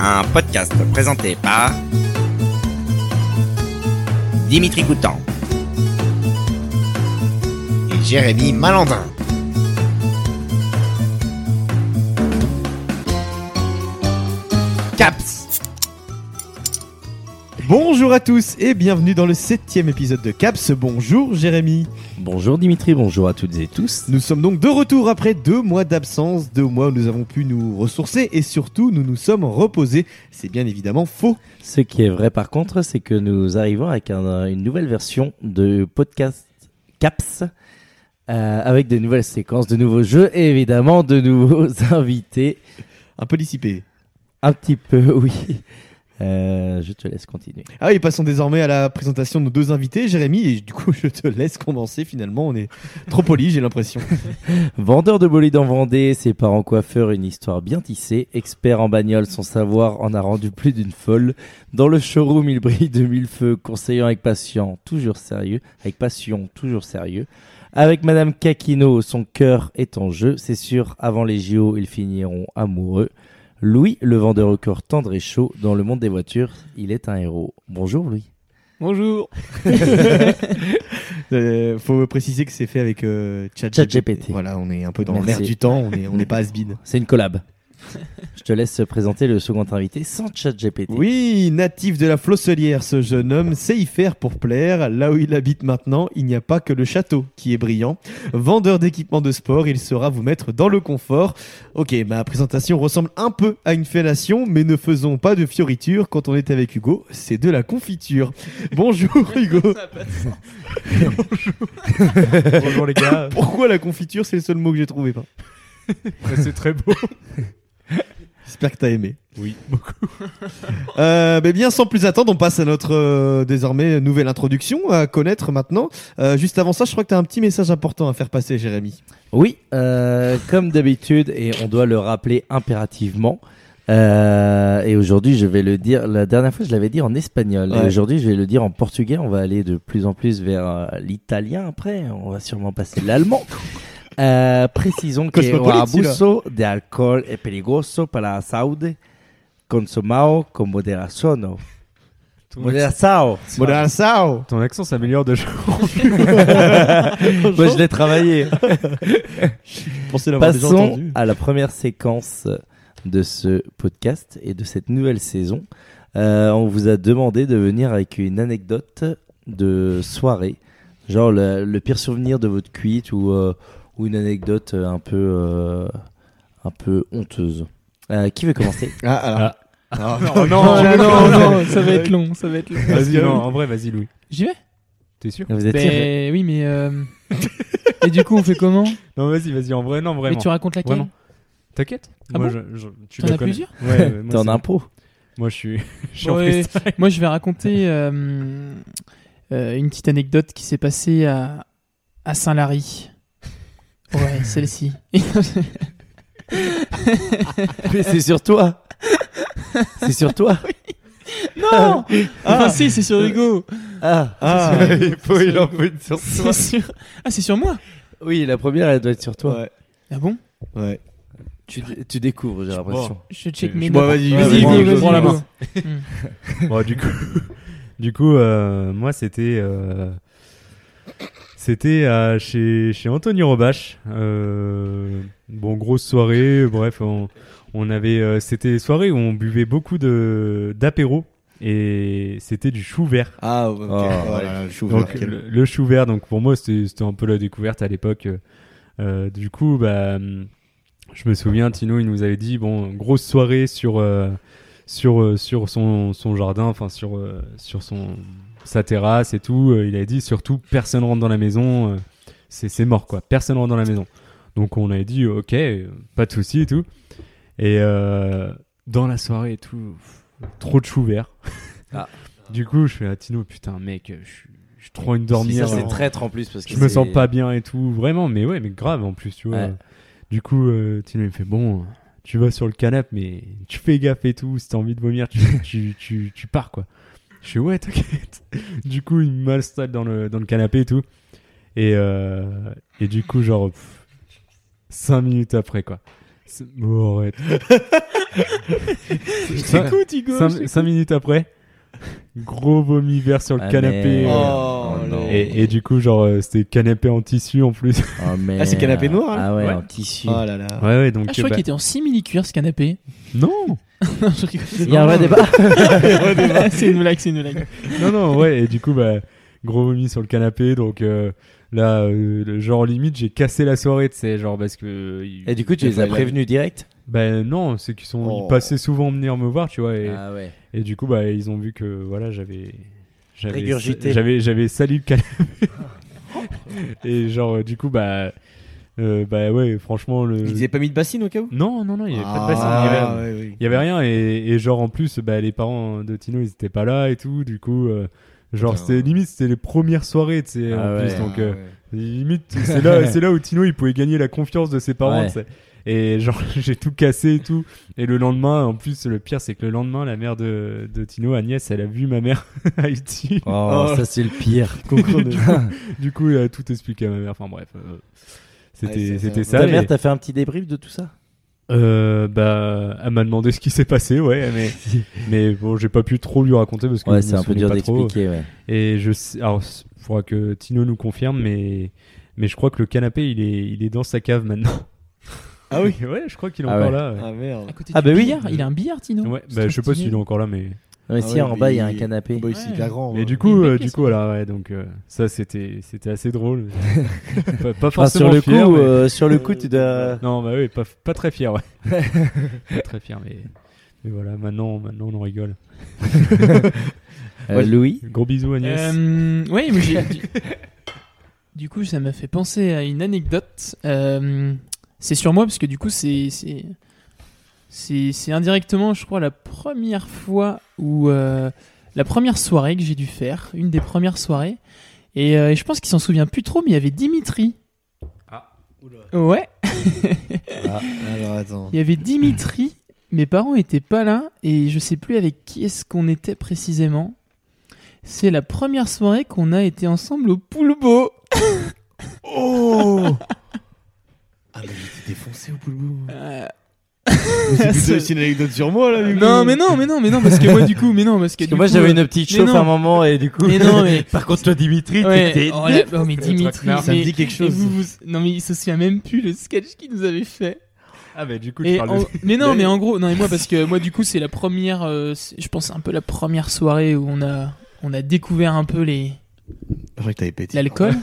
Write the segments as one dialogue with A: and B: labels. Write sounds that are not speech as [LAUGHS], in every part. A: un podcast présenté par Dimitri Coutan
B: et Jérémy Malandin.
C: Caps Bonjour à tous et bienvenue dans le septième épisode de Caps. Bonjour Jérémy.
D: Bonjour Dimitri, bonjour à toutes et tous.
C: Nous sommes donc de retour après deux mois d'absence, deux mois où nous avons pu nous ressourcer et surtout nous nous sommes reposés. C'est bien évidemment faux.
D: Ce qui est vrai par contre, c'est que nous arrivons avec un- euh, une nouvelle version de podcast Caps, euh, avec de nouvelles séquences, de nouveaux jeux et évidemment de nouveaux [LAUGHS] invités.
C: Un peu dissipé.
D: Un petit peu, oui. Euh, je te laisse continuer.
C: Ah oui, passons désormais à la présentation de nos deux invités, Jérémy, et du coup [LAUGHS] je te laisse commencer finalement, on est trop poli j'ai l'impression.
D: Vendeur de bolides en Vendée, ses parents coiffeurs, une histoire bien tissée, expert en bagnole, son savoir en a rendu plus d'une folle. Dans le showroom, il brille de mille feux, conseillant avec patient, toujours sérieux, avec passion, toujours sérieux. Avec Madame Kakino, son cœur est en jeu, c'est sûr, avant les JO, ils finiront amoureux. Louis, le vendeur au corps tendre et chaud, dans le monde des voitures, il est un héros. Bonjour Louis.
C: Bonjour Euh, Faut préciser que c'est fait avec euh, ChatGPT.
D: ChatGPT.
C: Voilà, on est un peu dans
D: Merci.
C: l'air du temps, on est- on n'est pas has
D: C'est une collab. Je te laisse présenter le second invité sans chat GPT.
C: Oui, natif de la Flosselière, ce jeune homme sait y faire pour plaire. Là où il habite maintenant, il n'y a pas que le château qui est brillant. Vendeur d'équipements de sport, il saura vous mettre dans le confort. Ok, ma présentation ressemble un peu à une fellation, mais ne faisons pas de fioritures. Quand on est avec Hugo, c'est de la confiture. Bonjour Hugo.
E: Bonjour les gars,
C: Pourquoi la confiture C'est le seul mot que j'ai trouvé.
E: [LAUGHS]
C: hein.
E: Ouais, Bah, c'est très beau.
C: [LAUGHS] J'espère que t'as aimé.
E: Oui,
C: beaucoup. euh, mais bien sans plus attendre, on passe à notre euh, désormais nouvelle introduction à connaître maintenant. Euh, juste avant ça, je crois que t'as un petit message important à faire passer, Jérémy.
D: Oui, euh, comme d'habitude, et on doit le rappeler impérativement. euh, et aujourd'hui, je vais le dire. La dernière fois, je l'avais dit en espagnol.
C: Ouais.
D: Et aujourd'hui, je vais le dire en portugais. On va aller de plus en plus vers euh, l'italien après. On va sûrement passer l'allemand. Euh, précisons que o
C: Cosmopolite, celui-là.
D: abuso de alcohol es peligroso para la saúde. Consumado con moderación.
E: Ton, accent,
D: Moderação.
C: Modal Sao
E: ton accent s'améliore de jour.
D: Moi, je l'ai travaillé.
C: Je pensais l'avoir déjà
D: Passons
C: entendu.
D: à la première séquence de ce podcast et de cette nouvelle saison. Euh, on vous a demandé de venir avec une anecdote de soirée, genre le, le pire souvenir de votre cuite ou, euh, ou une anecdote un peu, euh, un peu honteuse. Euh, qui veut
E: [LAUGHS]
D: commencer
C: Ah, alors.
E: Ah. [LAUGHS]
C: non,
E: non,
C: je-
F: non, non, ça va être long, ça va être long.
E: Vas-y, non, en vrai, vas-y Louis.
F: J'y vais
E: T'es sûr
D: Vous êtes sûr
F: Ben oui, mais. euh, [LAUGHS] Et du coup, on fait comment
E: Non, vas-y, vas-y, en vrai, non,
F: Mais
E: vraiment.
F: tu racontes laquelle
E: Vraiment. T'inquiète
F: Ah
E: Moi,
F: bon
E: je, je- tu
F: T'en
E: le
F: as
E: connais.
F: plusieurs
E: Ouais, ouais, moi,
D: T'es en
E: c'est- [LAUGHS]
D: impôt
E: Moi, je suis, je suis en
F: Ouais,
E: freestyle.
F: Moi, je vais raconter euh, euh, une petite anecdote qui s'est passée à, à Saint-Lary. Ouais,
E: [LAUGHS]
F: celle-ci.
D: Mais c'est sur toi C'est sur toi
F: non Enfin, Ah. si, c'est sur Hugo
D: Ah
E: [LAUGHS]
C: Ah,
E: Il faut- il en faut une [LAUGHS] sur-
F: C'est sur- Ah, c'est sur moi
D: Oui, la première, elle doit être sur toi.
C: ouais.
F: Ah bon
C: ouais.
D: Tu, tu découvres, j'ai l'impression.
F: Je check
E: Je-
F: mes
E: je-
F: notes.
C: Bon, vas-y,
E: Vas-y,
C: vas-y,
E: Hugo,
C: vas-y,
E: je prends la
C: Hugo.
E: main. Bon, du coup, [LAUGHS] du coup euh, moi, c'était. euh, C'était à- chez, chez Anthony Robache. Euh, bon, grosse soirée. Bref, on, on avait. euh, c'était des soirées où on buvait beaucoup de d'apéro et c'était du chou vert.
C: Ah, ok.
D: Ah,
C: Oh là là, le chou
E: Donc
C: vert, quel-
E: le, le chou vert. Donc pour moi, c'était c'était un peu la découverte à l'époque. Euh, du coup, bah, hum, je me souviens, Tino, il nous avait dit bon, grosse soirée sur euh, sur euh, sur son, son jardin, enfin sur euh, sur son sa terrasse et tout. Euh, il avait dit surtout personne rentre dans la maison, euh, c'est c'est mort quoi. Personne rentre dans la maison. Donc on avait dit ok, euh, pas de souci et tout. Et euh, dans la soirée et tout, pff, trop de chou vert.
D: Ah.
E: [LAUGHS] Du coup, je fais à Tino, putain, mec, je suis- je suis trop une dormir.
D: Ça, c'est
E: hein.
D: traître en plus parce que
E: je me
D: c'est-
E: sens pas bien et tout, vraiment, mais ouais, mais grave en plus, tu vois.
D: Ouais.
E: Du coup, euh, Tino, il me fait bon, tu vas sur le canapé, mais tu fais gaffe et tout, si t'as envie de
D: [LAUGHS]
E: vomir, tu, tu, tu, tu pars quoi. Je fais ouais, t'inquiète. [LAUGHS] Du coup, il m'installe dans le, dans le canapé et tout. Et, euh,
D: [LAUGHS]
E: et du coup, genre, 5 minutes après quoi. oh, C'est- Bon, arrête. Cin-
F: Ah,
E: cinq, cinq minutes après, gros vomi vert sur le
D: Ah,
E: canapé.
D: merde.
E: euh,
C: Oh,
D: non.
C: le-
E: Et, et du coup, genre, euh, c'était canapé en tissu en plus.
D: Oh, merde.
C: Ah, c'est canapé noir, hein
D: Ah ouais,
E: Ouais.
D: en tissu.
C: Oh là là.
E: [LAUGHS] Ouais, ouais, donc.
F: Ah, je crois
E: bah,
F: qu'il était en simili-cuir ce canapé.
E: Non
F: Non, je rigole.
D: Il y a un vrai débat.
F: [LAUGHS] c'est une blague, c'est une blague.
E: Non, non, ouais, et du coup, bah, gros vomi sur le canapé, donc euh, là, euh, le- genre, limite, j'ai cassé la soirée, tu sais, genre, parce que. euh, il-
D: Et du coup, tu les as prévenus direct
E: Ben non, c'est qu'ils sont
B: Oh.
E: ils passaient souvent venir me voir, tu vois, et,
D: Ah ouais.
E: et du coup, bah, ils ont vu que, voilà, j'avais. J'avais
D: Régurgité.
E: j'avais- j'avais sali le canapé. [LAUGHS] et genre, euh, du coup, bah. euh, bah ouais, franchement, le.
C: Ils n'avaient pas mis de bassine au cas où
E: Non, non, non, il n'y avait pas de
B: Ah,
E: bassin. il y avait-
C: ouais, ouais.
E: il y avait rien et, et genre en plus bah, les parents de Tino ils étaient pas là et tout du coup euh, genre
B: Putain.
E: c'était limite c'était les premières soirées tu sais
D: Ah
E: en plus
D: ouais.
E: donc euh,
D: [LAUGHS]
E: limite c'est là c'est là où Tino il pouvait gagner la confiance de ses parents
D: Ouais.
E: tu sais. et genre [LAUGHS] j'ai tout cassé et tout et le lendemain en plus le pire c'est que le lendemain la mère de, de Tino Agnès elle a vu ma mère [LAUGHS] à Haïti
D: Oh,
C: Oh.
D: ça c'est le pire.
C: Concours de-
E: du coup elle a tout expliqué à ma mère enfin bref euh,
B: Ouais,
E: c'était
B: c'est-
E: c'était
B: c'est-
E: ça
D: Ta
E: et-
D: mère t'a fait un petit débrief de tout ça
E: Euh, bah, elle m'a demandé ce qui s'est passé, ouais,
D: [LAUGHS]
E: mais, mais bon, j'ai pas pu trop lui raconter parce que
D: Ouais,
E: je me
D: c'est un peu
E: souvenais
D: dur
E: pas trop.
D: d'expliquer, ouais.
E: Et je, sais- alors, c- faudra que Tino nous confirme, mais, mais je crois que le canapé, il est, il est dans sa cave maintenant.
C: [LAUGHS] Ah oui
E: [LAUGHS] ouais, je crois qu'il est
D: Ah
E: encore
D: ouais.
E: là. ouais.
C: Ah merde.
F: À côté
D: Ah,
F: du
D: bah oui.
F: billard. Il a un billard,
C: Ah.
F: Tino.
E: Ouais, bah, je sais pas s'il est encore là, mais.
D: Non, mais
B: Ah
D: si,
B: ouais,
D: en bas, il y a
B: mais-
D: un canapé.
B: Bah, ici,
F: Ouais.
B: il est grand.
E: Et
B: ouais.
E: du coup,
F: il est
E: euh,
F: nickel,
E: du coup, voilà, ouais, donc euh, ça, c'était, c'était assez
D: [LAUGHS]
E: drôle. pas, pas
D: Enfin, sur
E: forcément
D: le coup,
E: fier, mais-
D: euh, sur le coup, tu dois.
E: Non, bah oui, pas, pas très
D: [LAUGHS]
E: fier, ouais. pas très fier, mais, mais voilà, maintenant, maintenant, on en rigole.
D: Euh, Louis.
E: Gros bisous, Agnès.
F: Euh, ouais, mais j'ai. du- [LAUGHS] Du coup, ça m'a fait penser à une anecdote. Euh, c'est sur moi parce que du coup, c'est c'est c'est c'est indirectement, je crois, la première fois où euh, la première soirée que j'ai dû faire, une des premières soirées. Et, euh, et je pense qu'il s'en souvient plus trop, mais il y avait Dimitri.
E: Ah.
F: Ouais, [LAUGHS]
B: Ah, alors attends.
F: il y avait Dimitri. Mes parents étaient pas là et je sais plus avec qui est-ce qu'on était précisément. C'est la première soirée qu'on a été ensemble au Poulbeau.
C: [LAUGHS]
B: Oh Ah, mais j'étais défoncé au boulot.
F: Euh,
C: C'est
F: C'est- [LAUGHS]
C: plutôt aussi une anecdote sur moi là. du coup.
F: non, mais non, mais non, mais non, parce que moi, du coup, mais non, parce que.
D: Parce que
F: du
D: moi,
F: coup,
D: j'avais
F: euh,
D: une petite
F: mais
D: chauffe
F: non.
D: à un moment, et du coup.
F: Mais non, mais.
D: Par contre, toi, Dimitri,
F: Ouais,
D: t'étais.
F: oh, là, oh, mais Dimitri,
E: traquenard.
C: ça me
F: mais-
C: dit quelque
F: mais
C: chose.
F: vous, vous- non, mais il se souvient même plus le sketch qu'il nous avait fait.
E: Ah bah du coup
F: Et en- [LAUGHS] mais non, mais en gros, non, et moi, parce que moi, du coup, c'est la première, euh, c'est- je pense, un peu la première soirée où on a, on a découvert un peu les,
B: Je croyais que t'avais pété.
F: l'alcool.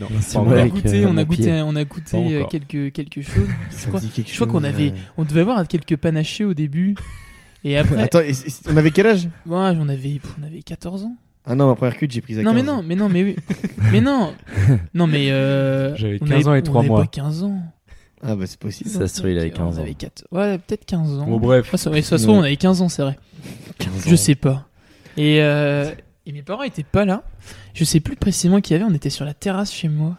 E: Non,
D: c'est
E: pas
F: On
D: Ouais,
F: a
E: encore.
D: avec, euh,
F: goûté, on
D: mon
F: a
D: pied.
F: goûté, on a
E: Pas
F: goûté
E: encore.
F: euh, quelque, quelque chose. Je
B: Ça me
F: crois,
B: dit quelque
F: je crois
B: chose,
F: qu'on avait,
B: ouais.
F: on devait avoir quelques panachés au début. Et après,
B: Attends, et- et- on avait quel âge
F: moi, j'en avais, on avait 14 ans.
B: Ah non, ma première cuite, j'ai pris à
F: Non mais
B: 15.
F: non, mais non, mais
D: [LAUGHS]
F: oui. mais non. Non mais euh,
E: J'avais
F: on
E: 15 ans
F: avait-
E: et trois
F: on avait
E: mois.
F: pas 15 ans.
B: Ah bah c'est possible.
D: Ça se trouve, il avait
F: On
D: 15 ans.
F: avait quatre- Ouais, peut-être 15 ans.
E: Bon bref,
F: [LAUGHS] Ah, ça, ouais, ça se trouve, on avait 15 ans, c'est vrai.
B: 15
F: Je
B: ans.
F: sais pas. Et, euh, et mes parents étaient pas là. Je sais plus précisément qui y avait, on était sur la terrasse chez moi.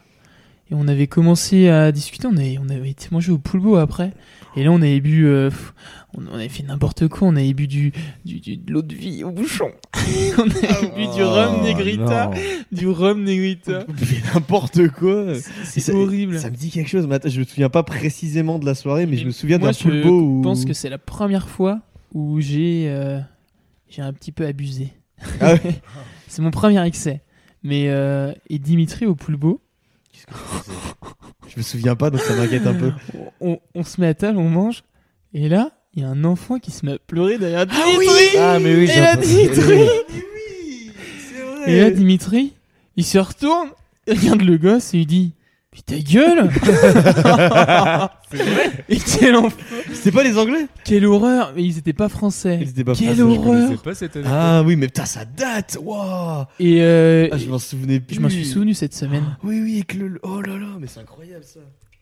F: Et on avait commencé à discuter, on avait, on avait été manger au poulbo après. Et là, on avait bu. euh, pff, on, on avait fait n'importe quoi, on avait bu du, du, du- de l'eau de vie au bouchon. [LAUGHS] on avait bu du rhum Negrita. Du rhum Negrita.
C: [LAUGHS] Mais n'importe quoi.
F: C'est
C: ça-
F: horrible.
C: Ça me dit quelque chose. mais attends, je me souviens pas précisément de la soirée, mais je me souviens
F: Moi,
C: d'un
F: je
C: pulpo où.
F: pense que c'est la première fois où j'ai euh, j'ai un petit peu abusé.
C: Ah
F: [LAUGHS] c'est mon premier excès. Mais euh, et Dimitri au poulbo,
C: Je me souviens pas, donc ça m'inquiète un peu.
F: on, on se met à table, on mange, et là il y a un enfant qui se met à pleurer derrière Dimitri.
D: Ah, mais oui,
F: et là Dimitri, et là Dimitri, il se retourne, il regarde le gosse et il dit. Mais ta gueule
C: [LAUGHS]
F: Et quel enf-
C: C'est pas les Anglais Ah,
F: quelle horreur Mais ils étaient pas français.
C: Ils étaient pas
F: Quelle
C: français, je
F: horreur
E: pas cette année.
C: Ah oui, mais putain, ça date. Waouh.
F: Et euh,
C: Ah, je m'en souvenais plus.
F: je m'en suis souvenu cette semaine.
C: Oui, oui, avec le. Oh là là, mais c'est incroyable ça.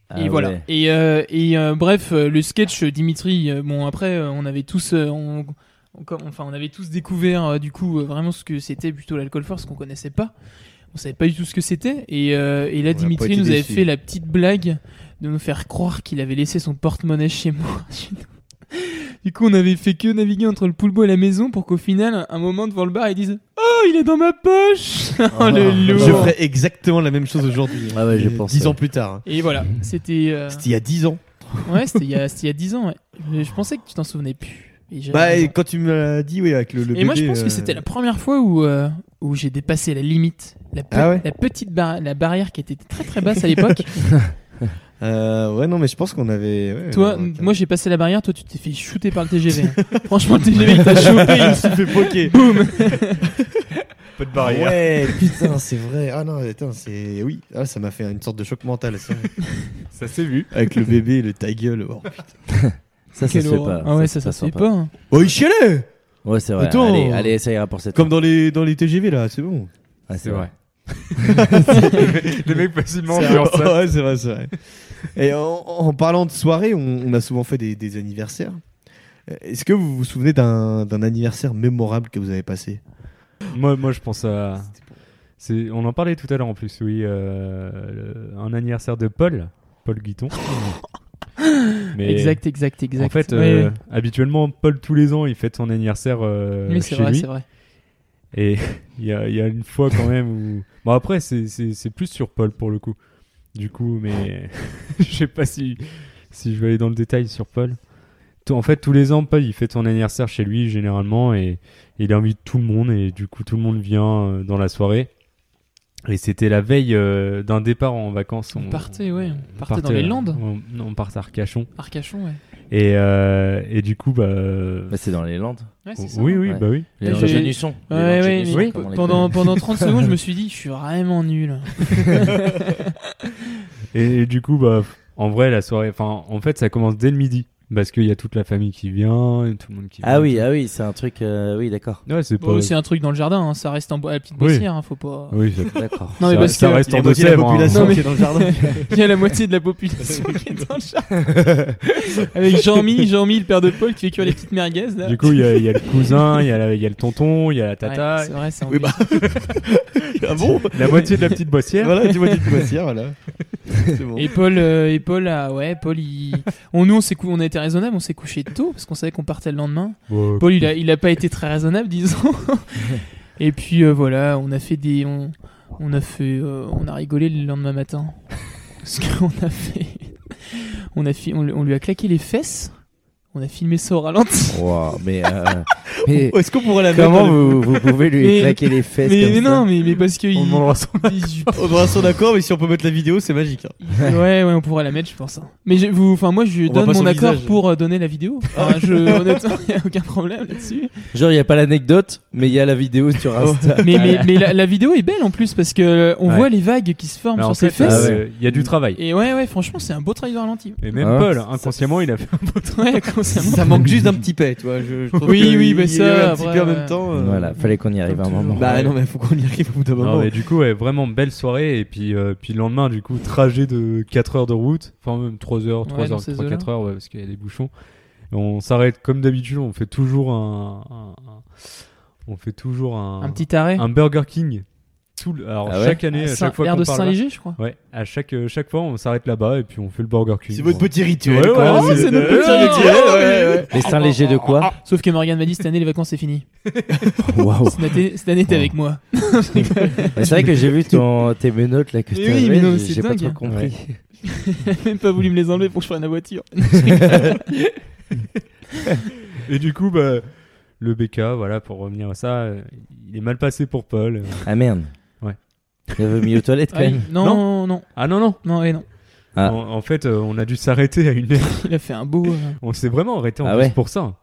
D: Ah
F: et voilà.
D: ouais.
F: Et, euh, et euh, bref, euh, le sketch euh, Dimitri. euh, bon après, euh, on avait tous, euh, on, on- comme- enfin, on avait tous découvert euh, du coup euh, vraiment ce que c'était plutôt l'alcool fort, ce qu'on connaissait pas. On savait pas du tout ce que c'était. Et, euh, et là,
B: pas
F: Dimitri
B: été
F: nous avait
B: déçus.
F: fait la petite blague de nous faire croire qu'il avait laissé son porte-monnaie chez moi. [LAUGHS] chez nous. Du coup, on avait fait que naviguer entre le poulbo et la maison pour qu'au final, un moment devant le bar, ils disent Oh, il est dans ma poche [LAUGHS] Oh, le
C: Je
F: lourd
C: ferais exactement la même chose aujourd'hui.
D: Ah ouais, je
C: Euh,
D: pense,
C: Dix
D: ouais.
C: ans plus tard. hein.
F: Et voilà, c'était. euh,
C: C'était il y a 10 ans.
F: Ouais, c'était il, y a- c'était il y a 10 ans. ouais. Je, je pensais que tu t'en souvenais plus. Et j'avais
C: Bah, et
F: raison.
C: quand tu me l'as dit, oui, avec le, le
F: Et moi, je
C: bébé,
F: pense
C: euh,
F: que c'était la première fois où, euh, où j'ai dépassé la limite. La, pe-
C: Ah ouais
F: la petite barri- la barrière qui était très très basse
C: [LAUGHS]
F: à l'époque.
C: euh, ouais, non, mais je pense qu'on avait. ouais,
F: toi,
C: ouais, [LAUGHS]
F: moi j'ai passé la barrière, toi tu t'es fait shooter par le TGV. hein. Franchement, le TGV il t'a chopé, il s'est fait
E: [LAUGHS]
C: [LAUGHS]
F: poquer. Boum
E: Pas de
C: Ah Ouais, putain, c'est vrai. Ah non, putain, c'est. Oui, ah, ça m'a fait une sorte de choc mental. ça.
E: [LAUGHS] Ça s'est vu.
C: Avec le bébé, le ta gueule. Oh,
D: Ça, ça se fait pas.
F: Ah ouais, ça, ça, se fait pas. hein.
C: oh il chialait
D: Ouais, c'est vrai.
C: Attends.
D: Allez, allez, ça ira pour cette.
C: Comme dans les, dans les TGV, là, c'est bon.
D: Ah,
E: C'est vrai. les mecs facilement sur
C: C'est-
E: ça.
C: ouais, c'est vrai, c'est vrai. Et en, en parlant de soirée, on, on a souvent fait des, des anniversaires. Euh, Est-ce que vous vous souvenez d'un d'un anniversaire mémorable que vous avez passé
E: [LAUGHS] Moi, moi, je pense à. C'est, on en parlait tout à l'heure en plus, oui. euh, le- un anniversaire de Paul, Paul
F: [LAUGHS]
E: Guiton. Mais
F: Exact, exact, exact.
E: En fait,
F: Ouais,
E: euh,
F: ouais.
E: habituellement, Paul, tous les ans, il fête son anniversaire euh,
F: Mais c'est
E: chez
F: vrai,
E: lui.
F: c'est vrai.
E: Et [LAUGHS] il y a, il y a une fois quand même où. Bon, après, c'est- c'est c'est plus sur Paul pour le coup. Du coup, mais [LAUGHS] je sais pas si, si je vais aller dans le détail sur Paul. Tout- En fait, tous les ans, Paul, il fait son anniversaire chez lui généralement et il invite tout le monde et du coup, tout le monde vient euh, dans la soirée. Et c'était la veille euh, d'un départ en vacances.
F: On partait, ouais, on partait dans les Landes.
E: euh, On, non, on partait à Arcachon.
F: Arcachon, ouais.
E: Et, euh, et du coup, bah. euh,
D: Bah, c'est dans les Landes.
F: Ouais, c'est ça.
E: oui, oui,
D: ouais.
E: bah oui.
D: Les
F: Et
D: Landes de
F: j'ai-
D: Janusson. Les
F: Ouais,
D: Landes de
F: ouais,
D: Janusson,
F: mais
D: comme on les
F: pendant,
D: connaît.
F: pendant 30 secondes, je me suis dit, je suis vraiment nul.
E: Et, et du coup, bah, en vrai, la soirée, enfin, en fait, ça commence dès le midi. Parce qu'il y a toute la famille qui vient, et tout le monde qui
D: Ah
E: vient.
D: oui, ah oui, c'est un truc. euh, oui, d'accord.
E: Ouais, c'est
F: Bon,
E: pas.
F: c'est un truc dans le jardin, hein, ça reste en bo- à la petite
E: Bah Oui.
F: boissière, hein, faut pas.
E: Oui, ça,
D: D'accord.
F: Non, mais
E: ça-
F: parce
E: ça
F: que
E: reste
C: Il y a
E: en
C: la moitié de la
E: Deux-Sèvres, hein.
C: population
F: Non, mais-
C: qui est dans le jardin.
F: il y a la moitié de la population [LAUGHS] qui est dans le jardin. Avec Jean-Mi, Jean-Mi, le père de Paul, qui fait cuire les petites merguez [LAUGHS] là.
E: Du coup, il y, a- il y a le cousin, il y, a la- il y a le tonton, il y a la
F: Ouais,
E: tata,
F: c'est vrai, c'est
C: Oui, bah. ah bon
E: la moitié de la petite boissière.
C: Voilà, tu vois, tu te boissière, voilà. C'est bon.
F: Et Paul, euh, et Paul, ah ouais, Paul, il... on nous, on s'est cou... on a été raisonnable, on s'est couché tôt parce qu'on savait qu'on partait le lendemain.
E: Bon,
F: Paul, il a, il a pas été très raisonnable, [LAUGHS] disons. et puis euh, voilà, on a fait des, on, on a fait, euh, on a rigolé le lendemain [LAUGHS] matin. Parce qu'on a fait, on a fi- on, lui- on lui a claqué les fesses. On a filmé ça au ralenti.
D: [LAUGHS] Wow, mais,
F: [LAUGHS]
D: euh, mais
C: Oh, Est-ce qu'on pourrait la mettre
D: comment vous, vous pouvez lui
F: Mais-
D: claquer les fesses
F: Mais,
D: comme
F: mais
D: ça
F: non, mais, mais parce que il-
E: on demandera son-
F: il-
C: On aura son accord, mais si on peut mettre la vidéo, c'est magique. hein.
F: ouais, ouais, on pourra la mettre, je pense. hein. Mais je, vous, enfin, moi, je
C: voit
F: donne
C: pas
F: mon
C: son
F: accord
C: visage.
F: pour euh, donner la vidéo. Enfin, je, honnêtement, il n'y a aucun problème là-dessus.
D: Genre, il n'y a pas l'anecdote, mais il y a la vidéo sur
F: [LAUGHS]
D: Insta.
F: Mais, mais, mais la, la vidéo est belle en plus parce que euh, on
E: Ouais.
F: voit les vagues qui se forment
E: Mais en
F: sur ses
E: fait,
F: fesses.
D: ah
E: euh, il y a du travail.
F: Et ouais, ouais, franchement, c'est un beau travail de ralenti. [LAUGHS]
E: Et même
D: Ah.
E: Paul, inconsciemment, il a fait.
F: Ouais, consciemment.
C: Ça manque juste d'un petit paix, tu vois. Je, je trouve
F: Oui,
C: que
F: oui,
C: il
F: mais
C: y
F: ça,
C: avait un petit
F: après,
C: paix en
F: euh,
C: même temps. euh,
D: Voilà, fallait qu'on y arrive à un
F: Comme
D: moment.
F: toujours.
C: Bah non, mais faut qu'on y arrive au bout d'un
E: Non,
C: moment.
E: mais du coup, ouais, vraiment belle soirée. Et puis, euh, puis le lendemain, du coup, trajet de 4 heures de route. Enfin, même 3 heures, 3
F: Ouais, dans
E: heures,
F: ces
E: 3,
F: eaux-là.
E: 4 heures, ouais, parce qu'il y a des bouchons. Et on s'arrête comme d'habitude. On fait toujours un. un- un- on fait toujours un.
F: Un petit arrêt.
E: un Burger King. Tout le- alors,
D: Ah ouais
E: chaque année, à
F: Saint-
E: chaque fois
F: l'air
E: qu'on
F: de
E: parle. là-
F: Saint-Léger, je crois.
E: Ouais, à chaque, euh, chaque fois, on s'arrête là-bas et puis on fait le Burger King.
C: C'est votre
E: Ouais.
C: petit rituel.
E: Ouais,
C: quoi.
E: ouais,
C: C'est
E: c'est
C: le
E: notre
C: petit
F: petit
C: rituel,
F: rituel,
C: ouais, ouais.
D: Les seins légers de
F: [LAUGHS]
D: quoi
F: Sauf que Morgane m'a dit cette année, les vacances, c'est fini.
D: Waouh.
F: Cette année, cette année, t'es
D: Ouais.
F: avec moi. [LAUGHS]
D: Mais C'est vrai que j'ai vu ton, tes menottes là que
F: Mais
D: tu
F: oui, mais non, mais c'est
D: j'ai pas
F: dingue.
D: trop compris.
F: Il a même pas voulu me les enlever pour que je prenne la voiture.
E: Et du coup, bah, le BK, voilà, pour revenir à ça, euh, il est mal passé pour Paul.
D: Ah merde.
E: Ouais.
D: Il avait mis aux toilettes quand
F: Ah, il-
D: même.
F: non, non, non,
E: Ah non, non
F: non, ouais, non.
D: Ah.
E: en, en fait, euh, on a dû s'arrêter à une heure.
F: Il a fait un beau. euh,
E: On s'est vraiment arrêté en
D: Ah
E: plus
D: ouais.
E: pour ça.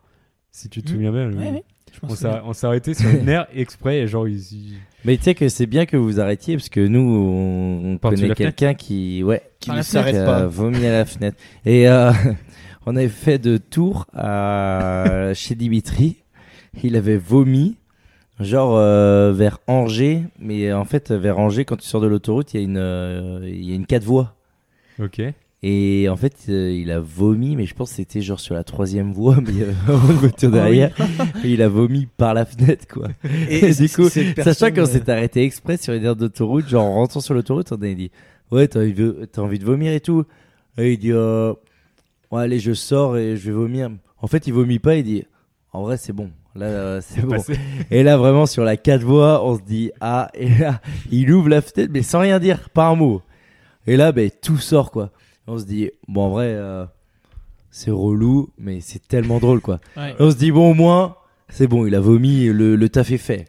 E: Si tu te
F: Mm.
E: souviens bien.
F: Ouais,
E: oui.
F: ouais. Je
E: On
F: pense
E: s'est on s'est arrêté sur une aire exprès et genre, ils- ils-
D: Mais tu sais que c'est bien que vous arrêtiez parce que nous on, on
E: Par-dessus
D: connaît
E: la fenêtre.
D: quelqu'un qui ouais
C: Qui
F: Par
C: ne
F: la fenêtre.
C: s'arrête
D: qui
C: pas.
D: a vomi à la fenêtre. Et euh, [LAUGHS] on avait fait de Tours à [LAUGHS] chez Dimitri. Il avait vomi genre euh, vers Angers, mais en fait vers Angers quand tu sors de l'autoroute il y a une euh, il y a une quatre voies.
E: Ok.
D: Et en fait, euh, il a vomi, mais je pense que c'était genre sur la troisième voie, [LAUGHS] mais il y avait vraiment une voiture derrière. Et il a vomi par la fenêtre, quoi. Ah [LAUGHS] Et, du coup, sachant qu'on s'est arrêté exprès sur une aire d'autoroute, genre en rentrant sur l'autoroute, on a dit Ouais, t'as envie, de- t'as envie de vomir et tout. Et il dit euh, Ouais, allez, je sors et je vais vomir. En fait, il vomit pas, il dit En vrai, c'est bon. Là, euh, c'est bon.
E: Passé.
D: Et là, vraiment, sur la quatre voies, on se dit Ah, et là, il ouvre la fenêtre, mais sans rien dire, pas un mot. Et là, ben, tout sort, quoi. Et on se dit Bon, en vrai, euh, C'est relou, mais c'est tellement drôle, quoi.
F: Ouais.
D: On se dit, bon, au moins, c'est bon, il a vomi, le, le taf est fait.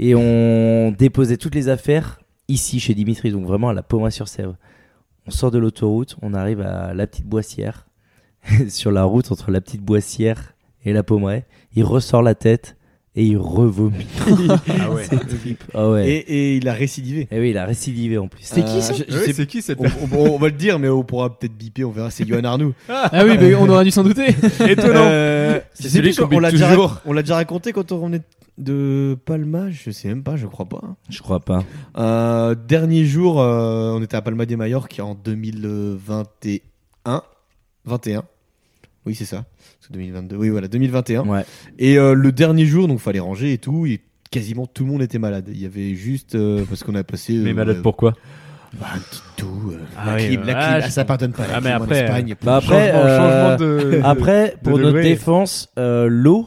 D: Et on déposait toutes les affaires ici, chez Dimitri, donc vraiment à la Pommerie-sur-Sèvre. On sort de l'autoroute, on arrive à la petite boissière. [LAUGHS] Sur la route entre la petite boissière et la Pommerie, il ressort la tête et il revomit.
A: Ah
E: [LAUGHS]
A: ouais.
D: Ah ouais.
C: Et,
D: Et...
C: et il a récidivé.
D: oui, il a récidivé en plus.
F: C'est qui ça
C: Euh, je- je
E: Ah Ouais,
C: sais-
E: c'est qui cette
C: on, on- on va le dire, mais on pourra peut-être biper, on verra, c'est Yohan Arnoux.
F: Ah oui, mais on aurait dû s'en douter.
E: Étonnant.
C: Euh,
E: [LAUGHS] C'est
C: je sais
E: celui
C: plus,
E: qu'on
C: on l'a
E: bite
C: déjà,
E: toujours.
C: on l'a déjà raconté quand on revenait de Palma, je sais même pas, je crois pas. hein.
D: Je crois pas.
C: Euh, dernier jour, euh, on était à Palma de Mallorca en 2021. 21 Oui, c'est ça. C'est 2022. Oui, voilà, 2021.
D: Ouais.
C: Et euh, le dernier jour, donc fallait ranger et tout. Et quasiment tout le monde était malade. Il y avait juste euh, parce qu'on a passé. euh,
E: Mais
C: euh,
E: malade pourquoi
C: bah, un petit tout. euh,
E: Ah
C: la
E: oui,
C: clim,
E: euh,
C: la
E: ah,
C: clim,
E: je
C: ah, ça pardonne pas. la
E: Ah, mais
C: clim en
E: après,
C: Espagne.
D: Bah après,
E: Changement,
D: euh,
E: changement de. [LAUGHS]
D: Après, pour
E: de
D: notre
E: degré.
D: défense, euh, l'eau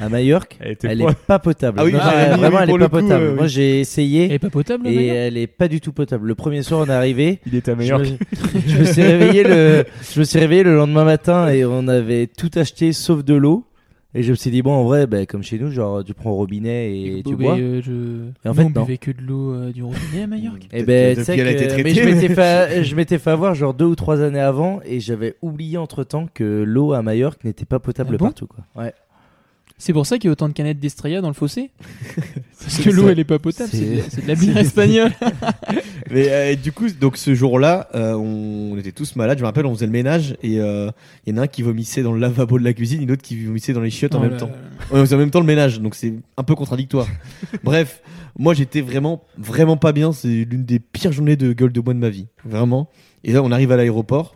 D: à Majorque,
E: Elle était
D: elle
E: froide.
D: est pas potable.
C: Ah oui,
D: Moi,
C: ah,
D: j'ai-
C: oui,
D: vraiment,
C: oui,
D: elle
C: pour
D: est pas
C: le coup,
D: potable.
C: euh,
D: Moi, j'ai essayé
F: Elle est pas potable,
D: et euh,
F: d'ailleurs
D: elle est pas du tout potable. Le premier soir, on
C: [LAUGHS]
D: est arrivé.
E: Il était à
D: Je
E: meilleur.
D: me, [LAUGHS] je me suis réveillé le, je me suis réveillé le lendemain matin et on avait tout acheté sauf de l'eau. Et je me suis dit bon, en vrai, bah, comme chez nous, genre tu prends au robinet et, tu
F: Bon,
D: bois.
F: mais, euh, je...
D: Et en fait,
F: Nous, on
D: non.
F: buvait que de l'eau euh, du robinet à Majorque.
D: Et
C: Peut-être
D: ben,
C: que
D: tu sais
C: depuis, elle a été
D: que-
C: traitée,
D: mais je
C: mais-
D: m'étais fait, je m'étais fait avoir genre deux ou trois années avant et j'avais oublié entre temps que l'eau à Majorque n'était pas potable
F: Ah bon
D: partout quoi. Ouais.
F: C'est pour ça qu'il y a autant de canettes d'Estrella dans le fossé Parce que l'eau, elle est pas potable, c'est de,
D: c'est-
F: c'est de la bière espagnole.
C: [LAUGHS] Mais euh, du coup, donc ce jour-là, euh, on, on était tous malades. Je me rappelle, on faisait le ménage et euh, il y en a un qui vomissait dans le lavabo de la cuisine, et l'autre qui vomissait dans les chiottes en
F: Oh
C: même
F: là
C: temps.
F: là.
C: Ouais, c'est en même temps le ménage, donc c'est un peu contradictoire. Bref, moi j'étais vraiment, vraiment pas bien. C'est l'une des pires journées de gueule de bois de ma vie, vraiment. Et là, on arrive à l'aéroport.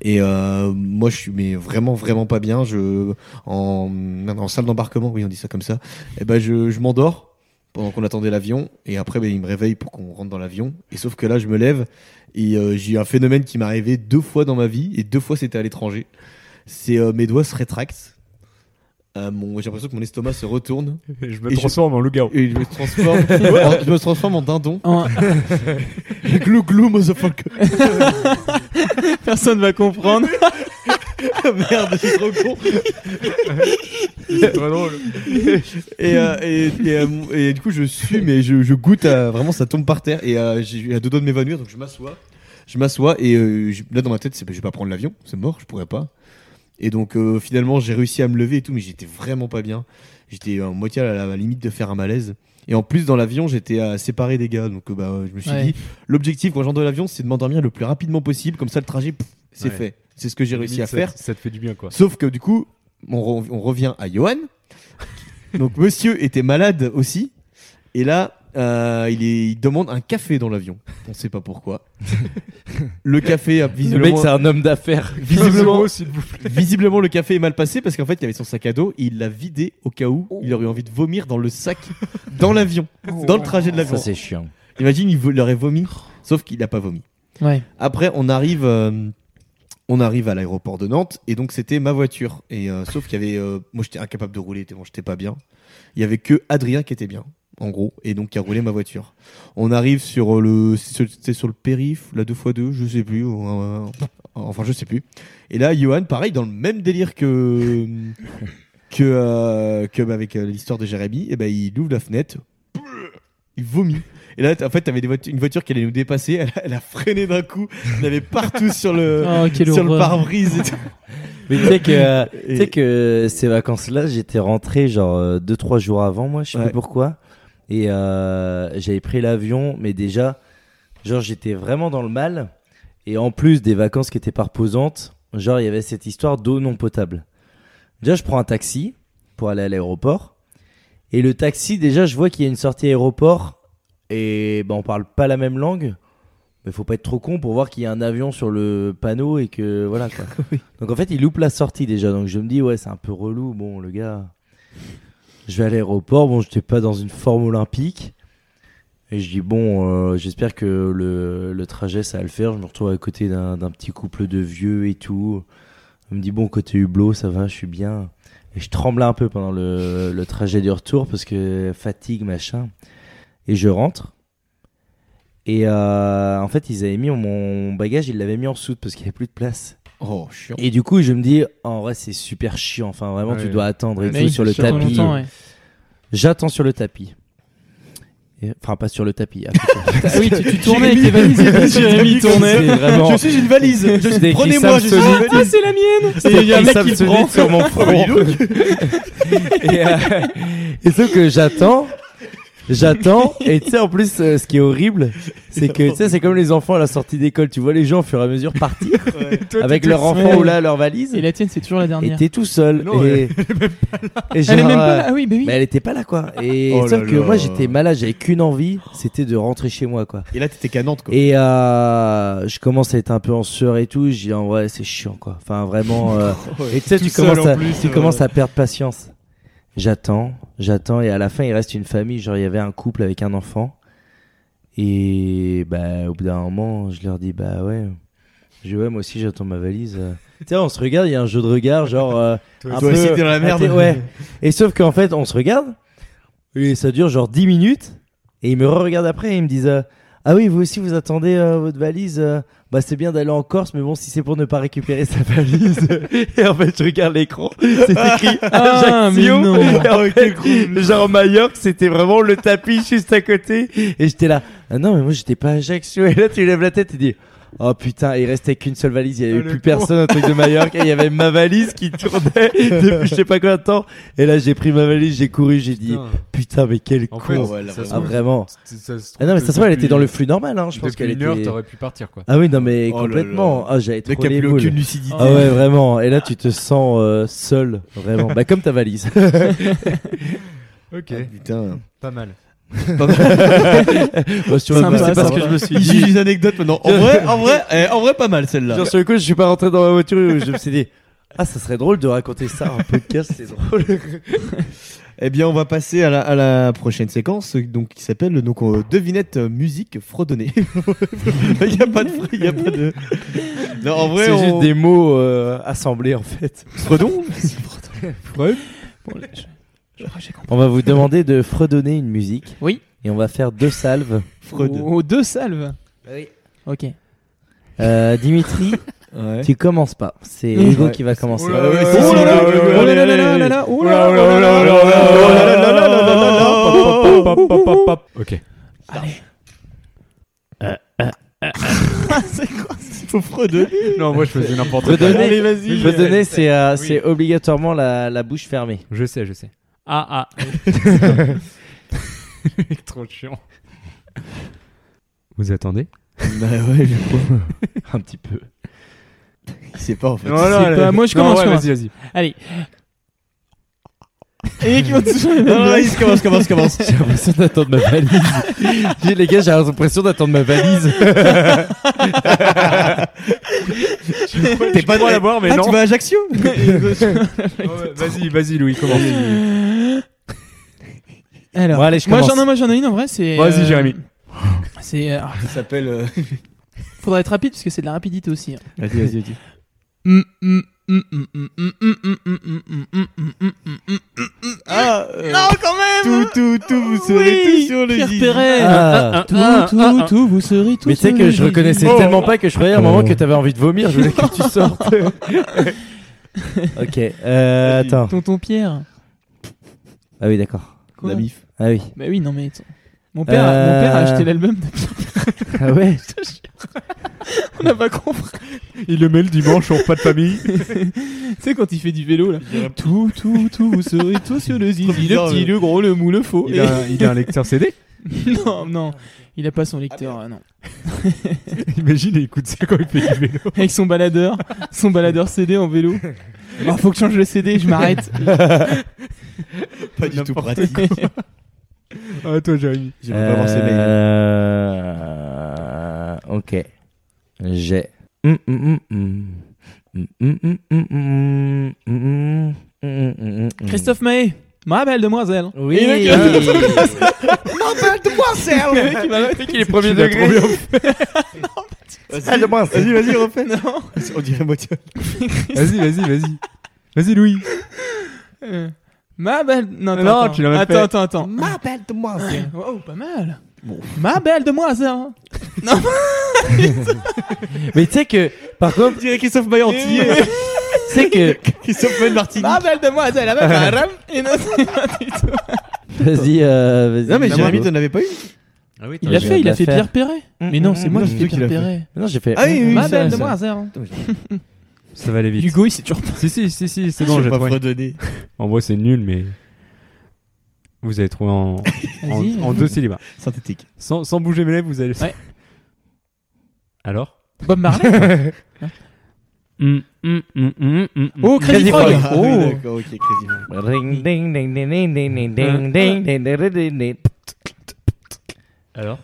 C: Et euh, moi, je suis mais vraiment, vraiment pas bien. Je en, en salle d'embarquement, oui, on dit ça comme ça. Et ben, je, je m'endors pendant qu'on attendait l'avion. Et après, ben, il me réveille pour qu'on rentre dans l'avion. Et sauf que là, je me lève et euh, j'ai eu un phénomène qui m'est arrivé deux fois dans ma vie et deux fois c'était à l'étranger. C'est euh, mes doigts se rétractent. Euh, mon- j'ai l'impression que mon estomac se retourne
E: Je me
C: Et je-
E: transforme en loup-garou.
C: et je me [LAUGHS] transforme, en, je me transforme en dindon.
F: En-
C: [LAUGHS] glou glou motherfucker. [LAUGHS]
F: Personne va comprendre.
C: Merde, c'est trop con.
E: [LAUGHS] C'est trop drôle.
C: Et, euh, et, et, euh, mon- et du coup, je suis, mais je, je goûte à, vraiment, ça tombe par terre. Et euh, j'ai eu à deux doigts de m'évanouir, donc je m'assois. Je m'assois et euh, je- là dans ma tête, c'est bah, je vais pas prendre l'avion, c'est mort, je pourrais pas. Et donc euh, finalement, j'ai réussi à me lever et tout, mais j'étais vraiment pas bien. J'étais euh, en moitié à la, à la limite de faire un malaise. Et en plus, dans l'avion, j'étais euh, séparé des gars, donc euh, bah, euh, je me suis
F: Ouais.
C: dit, l'objectif quand j'entre dans l'avion, c'est de m'endormir le plus rapidement possible, comme ça le trajet, pff, c'est
E: Ouais.
C: fait. C'est ce que j'ai réussi à
E: Ça-
C: faire.
E: Ça te fait du bien, [LAUGHS] quoi.
C: Sauf que du coup, on, re- on revient à Johan. Donc monsieur était malade aussi. Et là, euh, il, est- il demande un café dans l'avion. On sait pas
D: [LAUGHS]
C: pourquoi. Le café, a
D: Le mec,
C: visiblement,
D: c'est un homme d'affaires.
C: visiblement,
E: s'il vous plaît.
C: visiblement, le café est mal passé parce qu'en fait, il avait son sac à dos. et il l'a vidé au cas où il aurait eu envie de vomir dans le sac, dans l'avion, dans le trajet de
D: Ça,
C: l'avion.
D: c'est chiant.
C: Imagine, il vo- il aurait vomi, sauf qu'il n'a pas vomi.
F: Ouais.
C: Après, on arrive, euh, on arrive à l'aéroport de Nantes et donc c'était ma voiture. Et euh, sauf qu'il y avait, euh, moi j'étais incapable de rouler, tellement j'étais pas bien. Il y avait que Adrien qui était bien, en gros, et donc qui a roulé ma voiture. On arrive sur euh, le, c'est sur- c'est sur le périph, la 2x2, je sais plus, ou, euh, enfin je sais plus. Et là, Johan, pareil, dans le même délire que [LAUGHS] que euh, que bah, avec euh, l'histoire de Jérémy, et ben il ouvre la fenêtre, il vomit. Et là, t- en fait, t'avais des voitures- une voiture qui allait nous dépasser. Elle a, elle a freiné d'un coup. Il avait partout sur le,
F: Oh, quelle
C: sur le
F: horreur.
C: pare-brise. et tout.
D: Mais tu sais que, euh,
C: Et-
D: tu sais que ces vacances-là, j'étais rentré genre 2-3 jours avant, moi, je sais
C: Ouais.
D: plus pourquoi. Et euh, j'avais pris l'avion, mais déjà, genre j'étais vraiment dans le mal. Et en plus des vacances qui étaient pas reposantes, genre il y avait cette histoire d'eau non potable. Déjà, je prends un taxi pour aller à l'aéroport. Et le taxi, déjà, je vois qu'il y a une sortie aéroport. Et ben, on parle pas la même langue. Mais faut pas être trop con pour voir qu'il y a un avion sur le panneau et que voilà quoi. Donc en fait, il loupe la sortie déjà. Donc je me dis, ouais, c'est un peu relou. Bon, le gars, je vais à l'aéroport. Bon, j'étais pas dans une forme olympique. Et je dis, bon, euh, j'espère que le, le trajet, ça va le faire. Je me retrouve à côté d'un d'un petit couple de vieux et tout. On me dit, bon, côté hublot, ça va, je suis bien. Et je tremblais un peu pendant le, le trajet du retour parce que fatigue, machin. Et je rentre. Et euh, en fait, ils avaient mis mon bagage, ils l'avaient mis en soute parce qu'il n'y avait plus de place.
C: [LAUGHS] Oh, chiant.
D: Et du coup, je me dis, oh, en vrai, c'est super chiant. Enfin, vraiment,
E: Ouais.
D: tu dois attendre et
E: Ouais,
D: tout
E: mais
D: sur le
E: ça prend
D: tapis. euh.
F: longtemps, ouais.
D: J'attends sur le tapis. Et- Enfin, pas sur
C: [LAUGHS]
D: le tapis. à côté.
F: Ah oui, tu, tu tournais avec tes valises. et tout, Jérémy tournait.
D: C'est vraiment.
C: Je suis une valise. Je suis-
D: Dès qu'il
C: Prenez-moi, je suis une
D: s'absentait-
F: Ah,
C: valise.
F: c'est la mienne
C: Et il y a un
D: Ils
C: mec
D: savent
C: qui le
D: se
C: prend. Oh, [LAUGHS]
D: mettre sur mon front. et, euh, et sauf que j'attends, j'attends, et tu sais, en plus, euh, ce qui est horrible, c'est que tu sais, c'est comme les enfants à la sortie d'école, tu vois les gens au fur et à mesure partir avec leur enfant
F: seul.
D: ou là leur valise,
F: Et la tienne, c'est toujours la
D: et
F: dernière.
D: t'es tout seul.
E: Non,
D: et et genre,
F: Elle est même pas
D: euh,
F: là. Ah oui, bah oui.
D: mais elle était pas là quoi. Et
C: Oh
D: sauf
C: là
D: que
C: là.
D: moi j'étais malade, j'avais qu'une envie, c'était de rentrer chez moi quoi.
C: Et là, t'étais qu'à Nantes, quoi.
D: Et euh, je commence à être un peu en sueur et tout. Je dis en vrai c'est chiant quoi. Enfin
C: [LAUGHS]
D: vraiment. euh, et tu sais
C: Tout
D: tu
C: seul,
D: commences
C: en
D: à
C: plus,
D: tu
C: euh,
D: commences à perdre patience. J'attends, j'attends et à la fin il reste une famille. Genre il y avait un couple avec un enfant. Et bah au bout d'un moment je leur dis bah ouais. Je dis ouais moi aussi j'attends ma valise. tu sais on se regarde, il y a un jeu de regard genre. euh, un
C: Toi
D: peu-
C: aussi, t'es dans la merde.
D: ah, t'es- ouais. Et sauf qu'en fait, on se regarde, et ça dure genre 10 minutes, et ils me regardent après, et ils me disent euh, Ah oui, vous aussi, vous attendez euh, votre valise euh, Bah, c'est bien d'aller en Corse, mais bon, si c'est pour ne pas récupérer sa valise. [LAUGHS] et en fait, je regarde l'écran, c'est écrit
F: Ah, mais
D: Ajaccio.
F: non.
D: Et en fait, genre Majorque, c'était vraiment le tapis juste à côté, et j'étais là Ah non, mais moi, j'étais pas à Ajaccio. [LAUGHS] Et là, tu lèves la tête et dis Oh putain, il restait qu'une seule valise, il y avait plus personne au truc de Majorque et il y avait ma valise qui tournait depuis je sais pas combien de temps. Et là, j'ai pris ma valise, j'ai couru, j'ai dit putain, mais quel
E: En
D: con.
E: fait,
C: ouais, là,
E: ça se
D: ah
E: trouve-
D: vraiment.
E: ça- ça se
D: Ah non, mais ça se
E: trouve
D: voit, elle
E: depuis-
D: était dans le flux normal hein, je pense
E: depuis
D: qu'elle
E: une heure,
D: était
E: t'aurais pu partir quoi.
D: Ah oui, non mais
C: Oh là là.
D: complètement. Ah, j'avais
C: Le mec
D: trop
C: qui a
D: les
C: plus
D: boules.
C: aucune lucidité.
D: Ah
C: [LAUGHS]
D: ouais, vraiment. Et là, tu te sens euh, seul, vraiment. Bah comme ta valise.
C: [LAUGHS]
E: Ok,
C: Ah, Putain.
E: pas mal.
D: [LAUGHS] Bah, sur le
F: Sympa,
D: coup, c'est pas
F: sympa.
D: ce que je me
C: [LAUGHS]
D: suis
C: Il
D: dit.
C: juge une anecdote maintenant. En vrai, en vrai, eh, en vrai, pas mal celle-là.
D: Genre sur le coup, je suis pas rentré dans ma voiture et je me suis dit ah, ça serait drôle de raconter ça en podcast, c'est drôle.
C: Eh bien, on va passer à la, à la prochaine séquence, donc qui s'appelle donc euh, devinette euh, musique fredonnée. [LAUGHS] Il y a pas de, fre- il y a pas de. Non, en vrai,
D: C'est
C: on...
D: juste des mots euh, assemblés en fait.
C: fredons.
F: Bon, je- je crois que j'ai compris.
D: On va vous demander de fredonner une musique.
F: Oui.
D: Et on va faire deux salves.
C: Freud.
F: Oh, deux salves.
D: Bah
F: Ok.
D: Euh, Dimitri,
C: Ouais.
D: tu commences pas. C'est
F: Ouais.
D: Hugo qui va commencer.
E: Oh là là,
C: ouais,
E: c'est-
C: oh là là,
E: oh là là,
C: oh là
E: allez,
C: là
E: allez,
C: là
E: allez.
C: là là,
F: oh
E: Oh
F: là
E: là
F: là
E: là là là là là là là là là. Ok.
F: Allez.
C: C'est quoi Il faut fredonner.
E: Non, moi je faisais n'importe quoi.
D: Fredonner,
C: Allez, vas-y.
D: fredonner, c'est euh, c'est obligatoirement la, la bouche fermée.
E: Je sais, je sais.
F: Ah, ah.
E: [LAUGHS] Trop chiant. Vous attendez
C: Bah ouais, je crois.
D: Un petit peu.
C: Il sait pas en fait.
E: Non, non,
F: C'est
C: [LAUGHS]
E: non,
F: pas-
E: non.
F: moi, je
E: Non,
F: commence,
E: ouais,
F: moi.
E: Vas-y, vas-y.
F: Allez. Et qui vont toujours les mêmes
C: Non, non,
F: blagues.
C: vas-y, commence, commence, commence.
D: [LAUGHS] J'ai l'impression d'attendre ma [LAUGHS] valise. J'ai dit, les gars, j'ai l'impression d'attendre ma [LAUGHS] valise.
C: T'es pas droit à
E: l'avoir, mais
C: Ah, tu vas à Ajaccio
E: [LAUGHS] Vas-y, vas-y, Louis, commence.
F: Alors,
D: Bon, allez, je
F: moi
D: commence.
F: j'en ai, moi, j'en ai une en vrai, c'est.
E: Vas-y,
F: euh,
E: Jérémy.
F: C'est. euh,
C: Ça s'appelle. euh,
F: faudra être rapide parce que c'est de la rapidité aussi. hein.
C: Vas-y, vas-y, vas-y. Ah Non, quand même Tout, tout, tout, vous serez
F: Oui,
C: tout sur le
F: Pierre
C: zizi.
F: Perret.
D: Ah.
F: Tout, tout, tout, vous serez tous.
D: Mais tu sais
F: sur
D: que je
F: le zizi.
D: reconnaissais tellement pas que je croyais à un moment que t'avais envie de vomir. Je voulais que tu sortes. [LAUGHS] ok. Euh, attends.
F: Tonton Pierre.
D: Ah oui, d'accord.
F: Quoi
C: La mif.
D: Ah oui.
F: Bah oui, non mais. attends. Mon père, a-
D: Euh.
F: mon père a acheté l'album de Pierre.
D: Ah ouais.
F: On n'a pas compris.
E: Il le met le dimanche au repas de famille.
F: [LAUGHS] Tu sais, quand il fait du vélo là. Tout, tout, tout, vous serez tous sur le zizi. Le
C: bizarre,
F: petit,
C: le-
F: le gros, le mou, le faux.
E: Il a, il a un lecteur CD.
F: Et- Non, non. Il a pas son
C: Ah,
F: lecteur, euh, non.
E: [LAUGHS] Imagine, il écoute ça quand il fait du vélo.
F: Avec son baladeur. Son baladeur CD en vélo. Oh, faut que je change le CD,
C: [LAUGHS]
F: je m'arrête.
C: Pas du tout pratique.
E: Ah, toi, Jérémy.
C: J'ai pas avoir ce mail.
D: Euh, Ok. J'ai. Mm, mm, mm, mm. Mm, mm, mm, mm, mm, mm, mm, mm, mm, mm.
F: Christophe Mahé, ma belle demoiselle.
D: Ah Oui.
F: Et le mec- Le mec, il m'a-
D: Il est premier degré.
F: [LAUGHS]
C: Vas-y, vas-y, vas-y, refais. Non. On dirait moitié.
E: Vas-y, vas-y, vas-y. Vas-y, Louis.
F: Euh, Ma belle. Non, attends.
E: Non,
F: attends.
E: tu l'as même
F: attends,
E: fait.
F: attends, attends.
C: Ma belle de moi.
F: Wow, pas mal. Ma belle demoiselle
D: [LAUGHS] Mais tu sais que, par contre,
C: Je dirais Christophe Maé
F: entier.
C: entier.
D: tu sais que.
C: [LAUGHS] Christophe Maé de Martinique.
F: Ma belle demoiselle avec un rame et non, c'est pas du tout.
D: Vas-y, euh, vas-y.
C: Non, mais
D: Maman.
C: Jérémy, t'en avais pas eu
E: Ah oui,
F: Il l'a
D: j'ai
F: fait,
D: hâte de
F: il a
D: la
F: fait
D: faire.
F: Pierre Perret.
D: Mm,
F: Mais non,
D: mm,
F: c'est
D: mm,
F: moi
D: mm.
F: qui
C: c'est
F: fais
C: toi qui
F: Pierre
C: l'as fait.
F: Perret.
D: Non, j'ai fait.
C: Ah oui, oui,
F: Ma
C: ça,
F: belle
C: ça.
F: demoiselle
E: Ça va aller vite.
F: Hugo, il s'est toujours pas.
E: Si, si, si, si, c'est bon,
C: Je vais
E: j'ai
C: pas
E: trouvé.
C: redonner.
E: En vrai, c'est nul, mais. Vous avez trouvé en, en,
F: Vas-y.
E: en deux syllabes.
C: Synthétique.
E: Sans, sans bouger mes lèvres, vous allez.
F: Ouais.
E: [LAUGHS] Alors
F: Bob Marley Mmh, Oh, Crazy Frog
C: Ah oui,
D: Oh.
C: d'accord, ok, Crazy Frog.
D: Ring, ding, ding, ding, ding, ding, ding, ding, ding, ding, ding, ding, ding.
E: Alors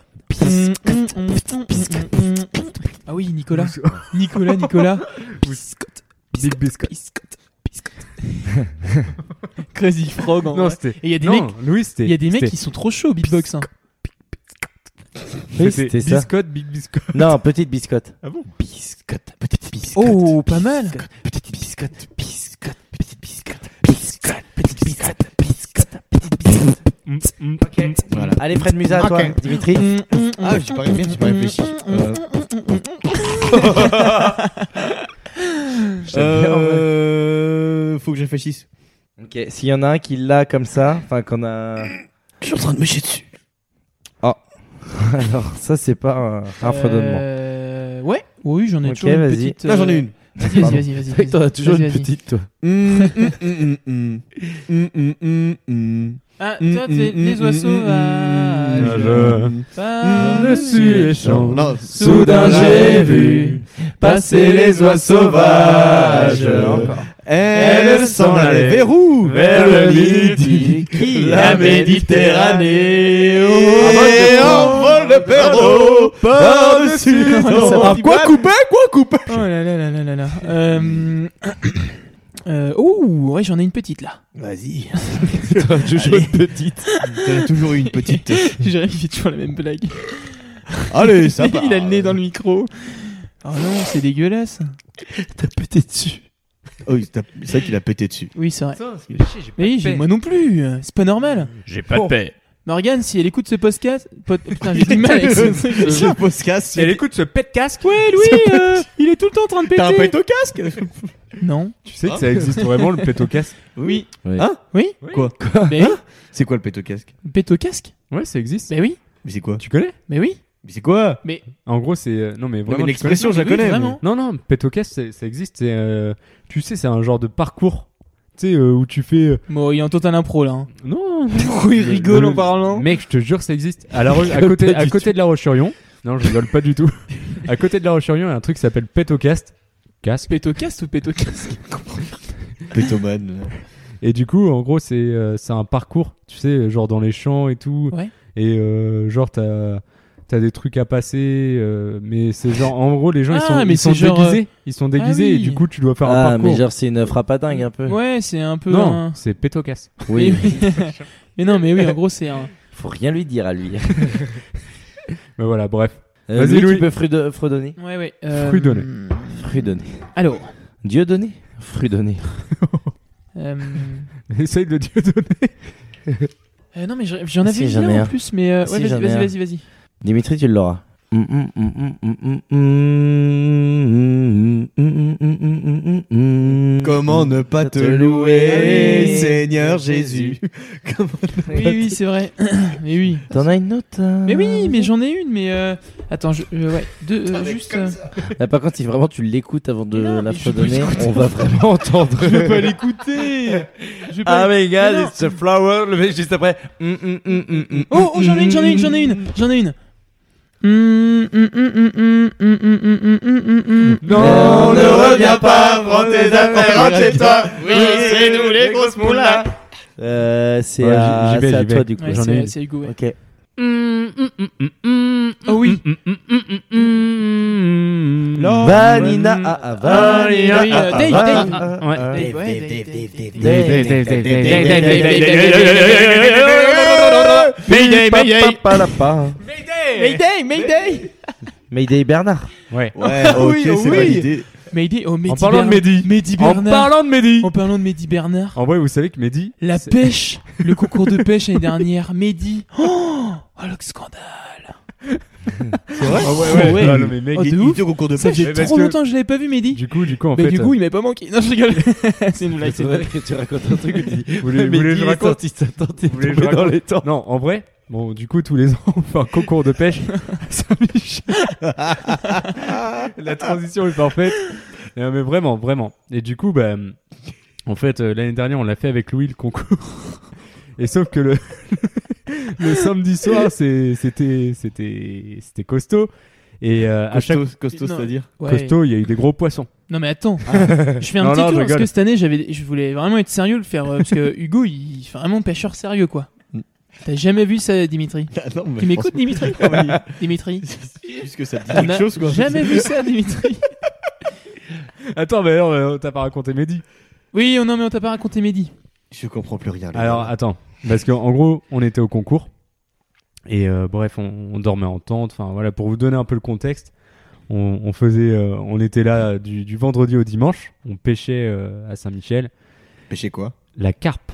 F: Ah oui, Nicolas. Nicolas, Nicolas.
E: Big Biscuit.
F: Biscotte. Crazy Frog. en
E: Non,
F: vrai.
E: c'était.
F: Et il y a des
E: Non,
F: mecs.
E: Louis, c'était.
F: Il y a des mecs
E: c'était-
F: qui sont trop chauds au beatbox. hein.
D: Oui,
E: C'était
D: c'était ça.
E: Biscotte, Big Biscuit.
D: Non, petite biscotte.
E: Ah bon
D: Biscotte, petite biscotte.
F: Oh, pas mal.
D: Petite biscotte, biscotte, petite biscotte, biscotte, petite biscotte, biscotte, petite biscotte.
F: Mmh,
C: Voilà.
D: Allez, Fred Musa, toi, Dimitri.
C: Ah, j'ai pas, merde, j'ai pas [LAUGHS] réfléchi. Euh, Euh, faut que je réfléchisse.
D: Ok, s'il y en a un qui l'a comme ça, enfin qu'on a. Ah.
C: Je suis en train de me chier dessus.
D: [LAUGHS] Alors, ça, c'est pas un rafredonnement.
F: Euh, Ouais, oui, j'en ai
D: Ok,
F: toujours une
D: vas-y.
F: petite.
C: Là, j'en ai une.
F: Vas-y,
D: Pardon.
F: vas-y, vas-y. vas-y. Vas-y, vas-y.
D: toi.
C: Mm, mm, mm, mm, mm. Mm, mm, mm, mm.
F: Ah,
C: Mm,
F: toi, t'es
C: mm,
F: les
C: mm,
F: oiseaux
C: mm, mm,
F: sauvages.
E: Je-
C: mm.
F: Mmh.
E: Par-dessus les champs.
C: Non,
D: Soudain, j'ai vu
C: passer les oies sauvages. Elle s'en allait vers où
E: Vers le
D: midi.
C: La Méditerranée. Et en vol de perdreau par-dessus les
F: Ah,
C: Quoi couper Quoi couper
F: Oh là là là là là là. Euh... euh, ouh, ouais, j'en ai une petite là.
C: Vas-y.
D: toujours une petite.
C: T'en as toujours eu une petite.
F: Jérémy fait toujours la même blague.
C: Allez, ça va.
F: Il a le nez dans le micro. Oh non, c'est dégueulasse.
D: T'as pété dessus.
C: Oh, il t'a- c'est vrai qu'il a pété dessus.
F: Oui, c'est vrai. Mais oui, j'ai- moi non plus, euh, c'est pas normal.
A: J'ai
F: pas de Bon.
A: paix.
F: Morgane, si elle écoute ce podcast. pot- [LAUGHS] Putain, Ah, j'ai du mal
C: [LAUGHS]
F: avec [LAUGHS] ce truc.
C: Je podcast.
E: Elle écoute ce pet casque.
F: Ouais, Louis, euh, il est tout le temps en train de péter.
C: T'as un pète au casque
F: Non.
E: Tu sais
F: Hein
E: que ça existe vraiment le pet
F: [LAUGHS]
E: au casque
C: Oui. Hein?
F: Oui
C: Quoi Hein?
F: Mais oui.
C: C'est quoi le pète au casque
F: Pète au casque
E: Ouais, ça existe.
F: Mais oui.
C: Mais c'est quoi
E: Tu connais
F: Mais oui.
C: Mais c'est quoi
E: En gros, c'est. euh, Non, mais
C: Non,
E: vraiment.
C: mais
E: tu connais
C: l'expression, je la
F: Oui,
C: connais.
F: Vraiment.
E: Non, non, Petocast, c'est- ça existe. c'est, euh, tu sais, c'est un genre de parcours. Tu sais, euh, où tu fais. euh,
F: Bon, il est en total impro là. hein.
E: Non,
F: Oui, il rigole en parlant.
E: Mec, je te jure, ça existe. À, la Ro- à côté, à côté de la Roche-sur-Yon. Non, je rigole pas du tout. à côté de la Roche-sur-Yon, il y a un truc qui s'appelle Petocast. Casque.
F: Pète au casque ou pète au casque
C: mais- Pétoman.
E: Et du coup, en gros, c'est euh, c'est un parcours, tu sais, genre dans les champs et tout.
F: Ouais.
E: Et euh, genre, t'as as des trucs à passer, euh, mais c'est genre, en gros, les gens, ils
F: Ah,
E: sont,
F: mais
E: ils sont
F: c'est genre, ah
E: déguisés. Ils sont déguisés et
F: oui.
E: du coup, tu dois faire un
D: Ah,
E: parcours.
D: mais genre, c'est une frappe à dingue un peu.
F: Ouais, c'est un peu. hein.
E: Non,
F: un-
E: c'est Pétocasse.
D: Oui.
F: [LAUGHS] Mais mais non, mais oui, en gros, c'est un.
D: Faut rien lui dire à lui.
E: Mais voilà, bref.
D: Euh,
E: Vas-y,
D: Louis,
E: Louis.
D: tu peux frudo- fredonner.
F: Ouais, ouais. euh,
E: Fruidonné.
D: Fredonner.
F: Alors.
D: Dieu donné. Fredonner.
F: euh,
E: [LAUGHS] Essaye
F: [LAUGHS]
E: de Dieu donner.
F: euh, non, mais j'en j'en avais
D: Si,
F: une
D: j'en ai
F: là,
D: un.
F: en plus, mais. euh,
D: Si,
F: Ouais,
D: j'en
F: vas-y,
D: ai
F: vas-y,
D: un.
F: vas-y, [LAUGHS] vas-y.
D: Dimitri, tu l'auras.
C: [LAUGHS] mm. Comment ne pas te louer,
D: louer,
C: Seigneur Jésus
F: Oui, oui, c'est vrai. [COUGHS] mais oui.
D: T'en as une autre euh
F: Mais oui, mais j'en ai une, mais. euh, Attends, je. euh, ouais, deux. euh, juste. euh,
D: Là, Ah, par contre, si vraiment tu l'écoutes avant de
F: Mais non,
D: la
F: mais je peux
D: fredonner,
F: l'écouter.
D: on va vraiment entendre.
F: Je vais pas l'écouter Je vais pas
D: Ah mais
F: Mais
D: gars,
F: non.
D: it's a flower, le mec juste après. Mm, mm, mm, mm, mm.
F: Oh, oh, j'en ai une, j'en ai une, j'en ai une, j'en ai une. Hum, Euh,
D: Non, ne reviens
F: [LAUGHS]
C: pas, prends tes affaires, rentre chez toi.
A: Oui, c'est nous les grosses moules là.
D: Euh, c'est
E: Ouais,
D: à,
E: j'y vais,
D: c'est à
E: j'y
D: toi
E: vais.
D: du coup.
F: Ouais,
E: J'en ai
F: c'est
E: une.
F: c'est Hugo. ouais.
D: Ok.
F: Oh
E: Mm,
F: oui.
D: Mm. Vanina, ah, ah, Vanina,
F: Oui, euh,
D: ah, ah,
F: Dave, Dave.
D: ah, ah, ah.
F: Dave, ouais, Dave, Dave, Dave,
D: Dave,
F: Dave.
D: pa, pa, pa, la, pa.
F: Mayday, Mayday
D: Mayday Bernard.
E: Ouais.
C: [LAUGHS] Ouais, ok,
F: oui,
C: c'est
F: oui.
C: validé.
F: Mayday, oh Mehdi
E: En parlant de
F: Bernard.
E: Mehdi.
F: Mehdi
E: En
F: Bernard.
E: parlant de Mehdi.
F: En parlant de Mehdi Bernard.
E: En vrai, vous savez que Mehdi.
F: La
E: c'est- [LAUGHS]
F: pêche, le concours de pêche l'année dernière. Mehdi. Oh Oh, le scandale
C: C'est vrai
E: Ah ouais,
F: Ouais.
E: ouais, ah non, mais mec,
F: Oh, de
C: il
F: ouf.
C: était au concours de
F: Ça
C: pêche.
E: mais
F: fait
E: parce
F: trop
E: que-
F: longtemps que je l'avais pas vu, Mehdi.
E: du coup, du coup, en
F: Mais
E: fait, euh,
F: du coup, il m'avait pas manqué. Non, je rigole.
E: [LAUGHS]
F: c'est une blague, c'est
D: C'est
F: vrai.
D: vrai que tu racontes un truc où tu dis.
E: vous voulez, vous voulez que je raconte
D: Vous
E: Vous voulez
D: voulez
E: que je
D: dans
E: raconte
D: les temps.
E: Non, en vrai, bon, du coup, tous les ans, on fait un concours de pêche à Saint-Michel. La transition est parfaite. Non, mais vraiment, vraiment. Et du coup, bah, en fait, euh, l'année dernière, on l'a fait avec Louis, le concours. Et sauf que le, [LAUGHS] le samedi soir, c'est- c'était c'était- c'était costaud. Et euh, à chaque
C: Costaud, costaud,
F: Non.
C: c'est-à-dire
F: Ouais.
E: costaud, il y a eu des gros poissons.
F: Non, mais
E: [LAUGHS]
F: attends. Je fais un
E: Non,
F: petit tour
E: non, je
F: parce
E: rigole.
F: que cette année, j'avais, je voulais vraiment être sérieux, le faire. euh, parce que Hugo, il il fait vraiment pêcheur sérieux, quoi.
C: Mm.
F: T'as jamais vu ça, Dimitri
C: Ah non, mais
F: Tu m'écoutes, Dimitri
C: franchement,
E: [LAUGHS]
F: Dimitri
C: Puisque ça te dit
F: On
C: quelque
F: a
C: chose, quoi.
F: Jamais vu ça, Dimitri.
E: Attends, mais alors, euh, t'as pas raconté Mehdi
F: Oui, oh non, mais on t'a pas raconté Mehdi.
C: [LAUGHS] Je comprends plus rien. les
E: Alors
C: gars.
E: attends, parce qu'en en gros, on était au concours et euh, bref, on, on dormait en tente. Enfin voilà, pour vous donner un peu le contexte, on, on faisait, euh, on était là du, du vendredi au dimanche, on pêchait euh, à Saint-Michel
C: euh,
B: Pêcher quoi
E: la carpe.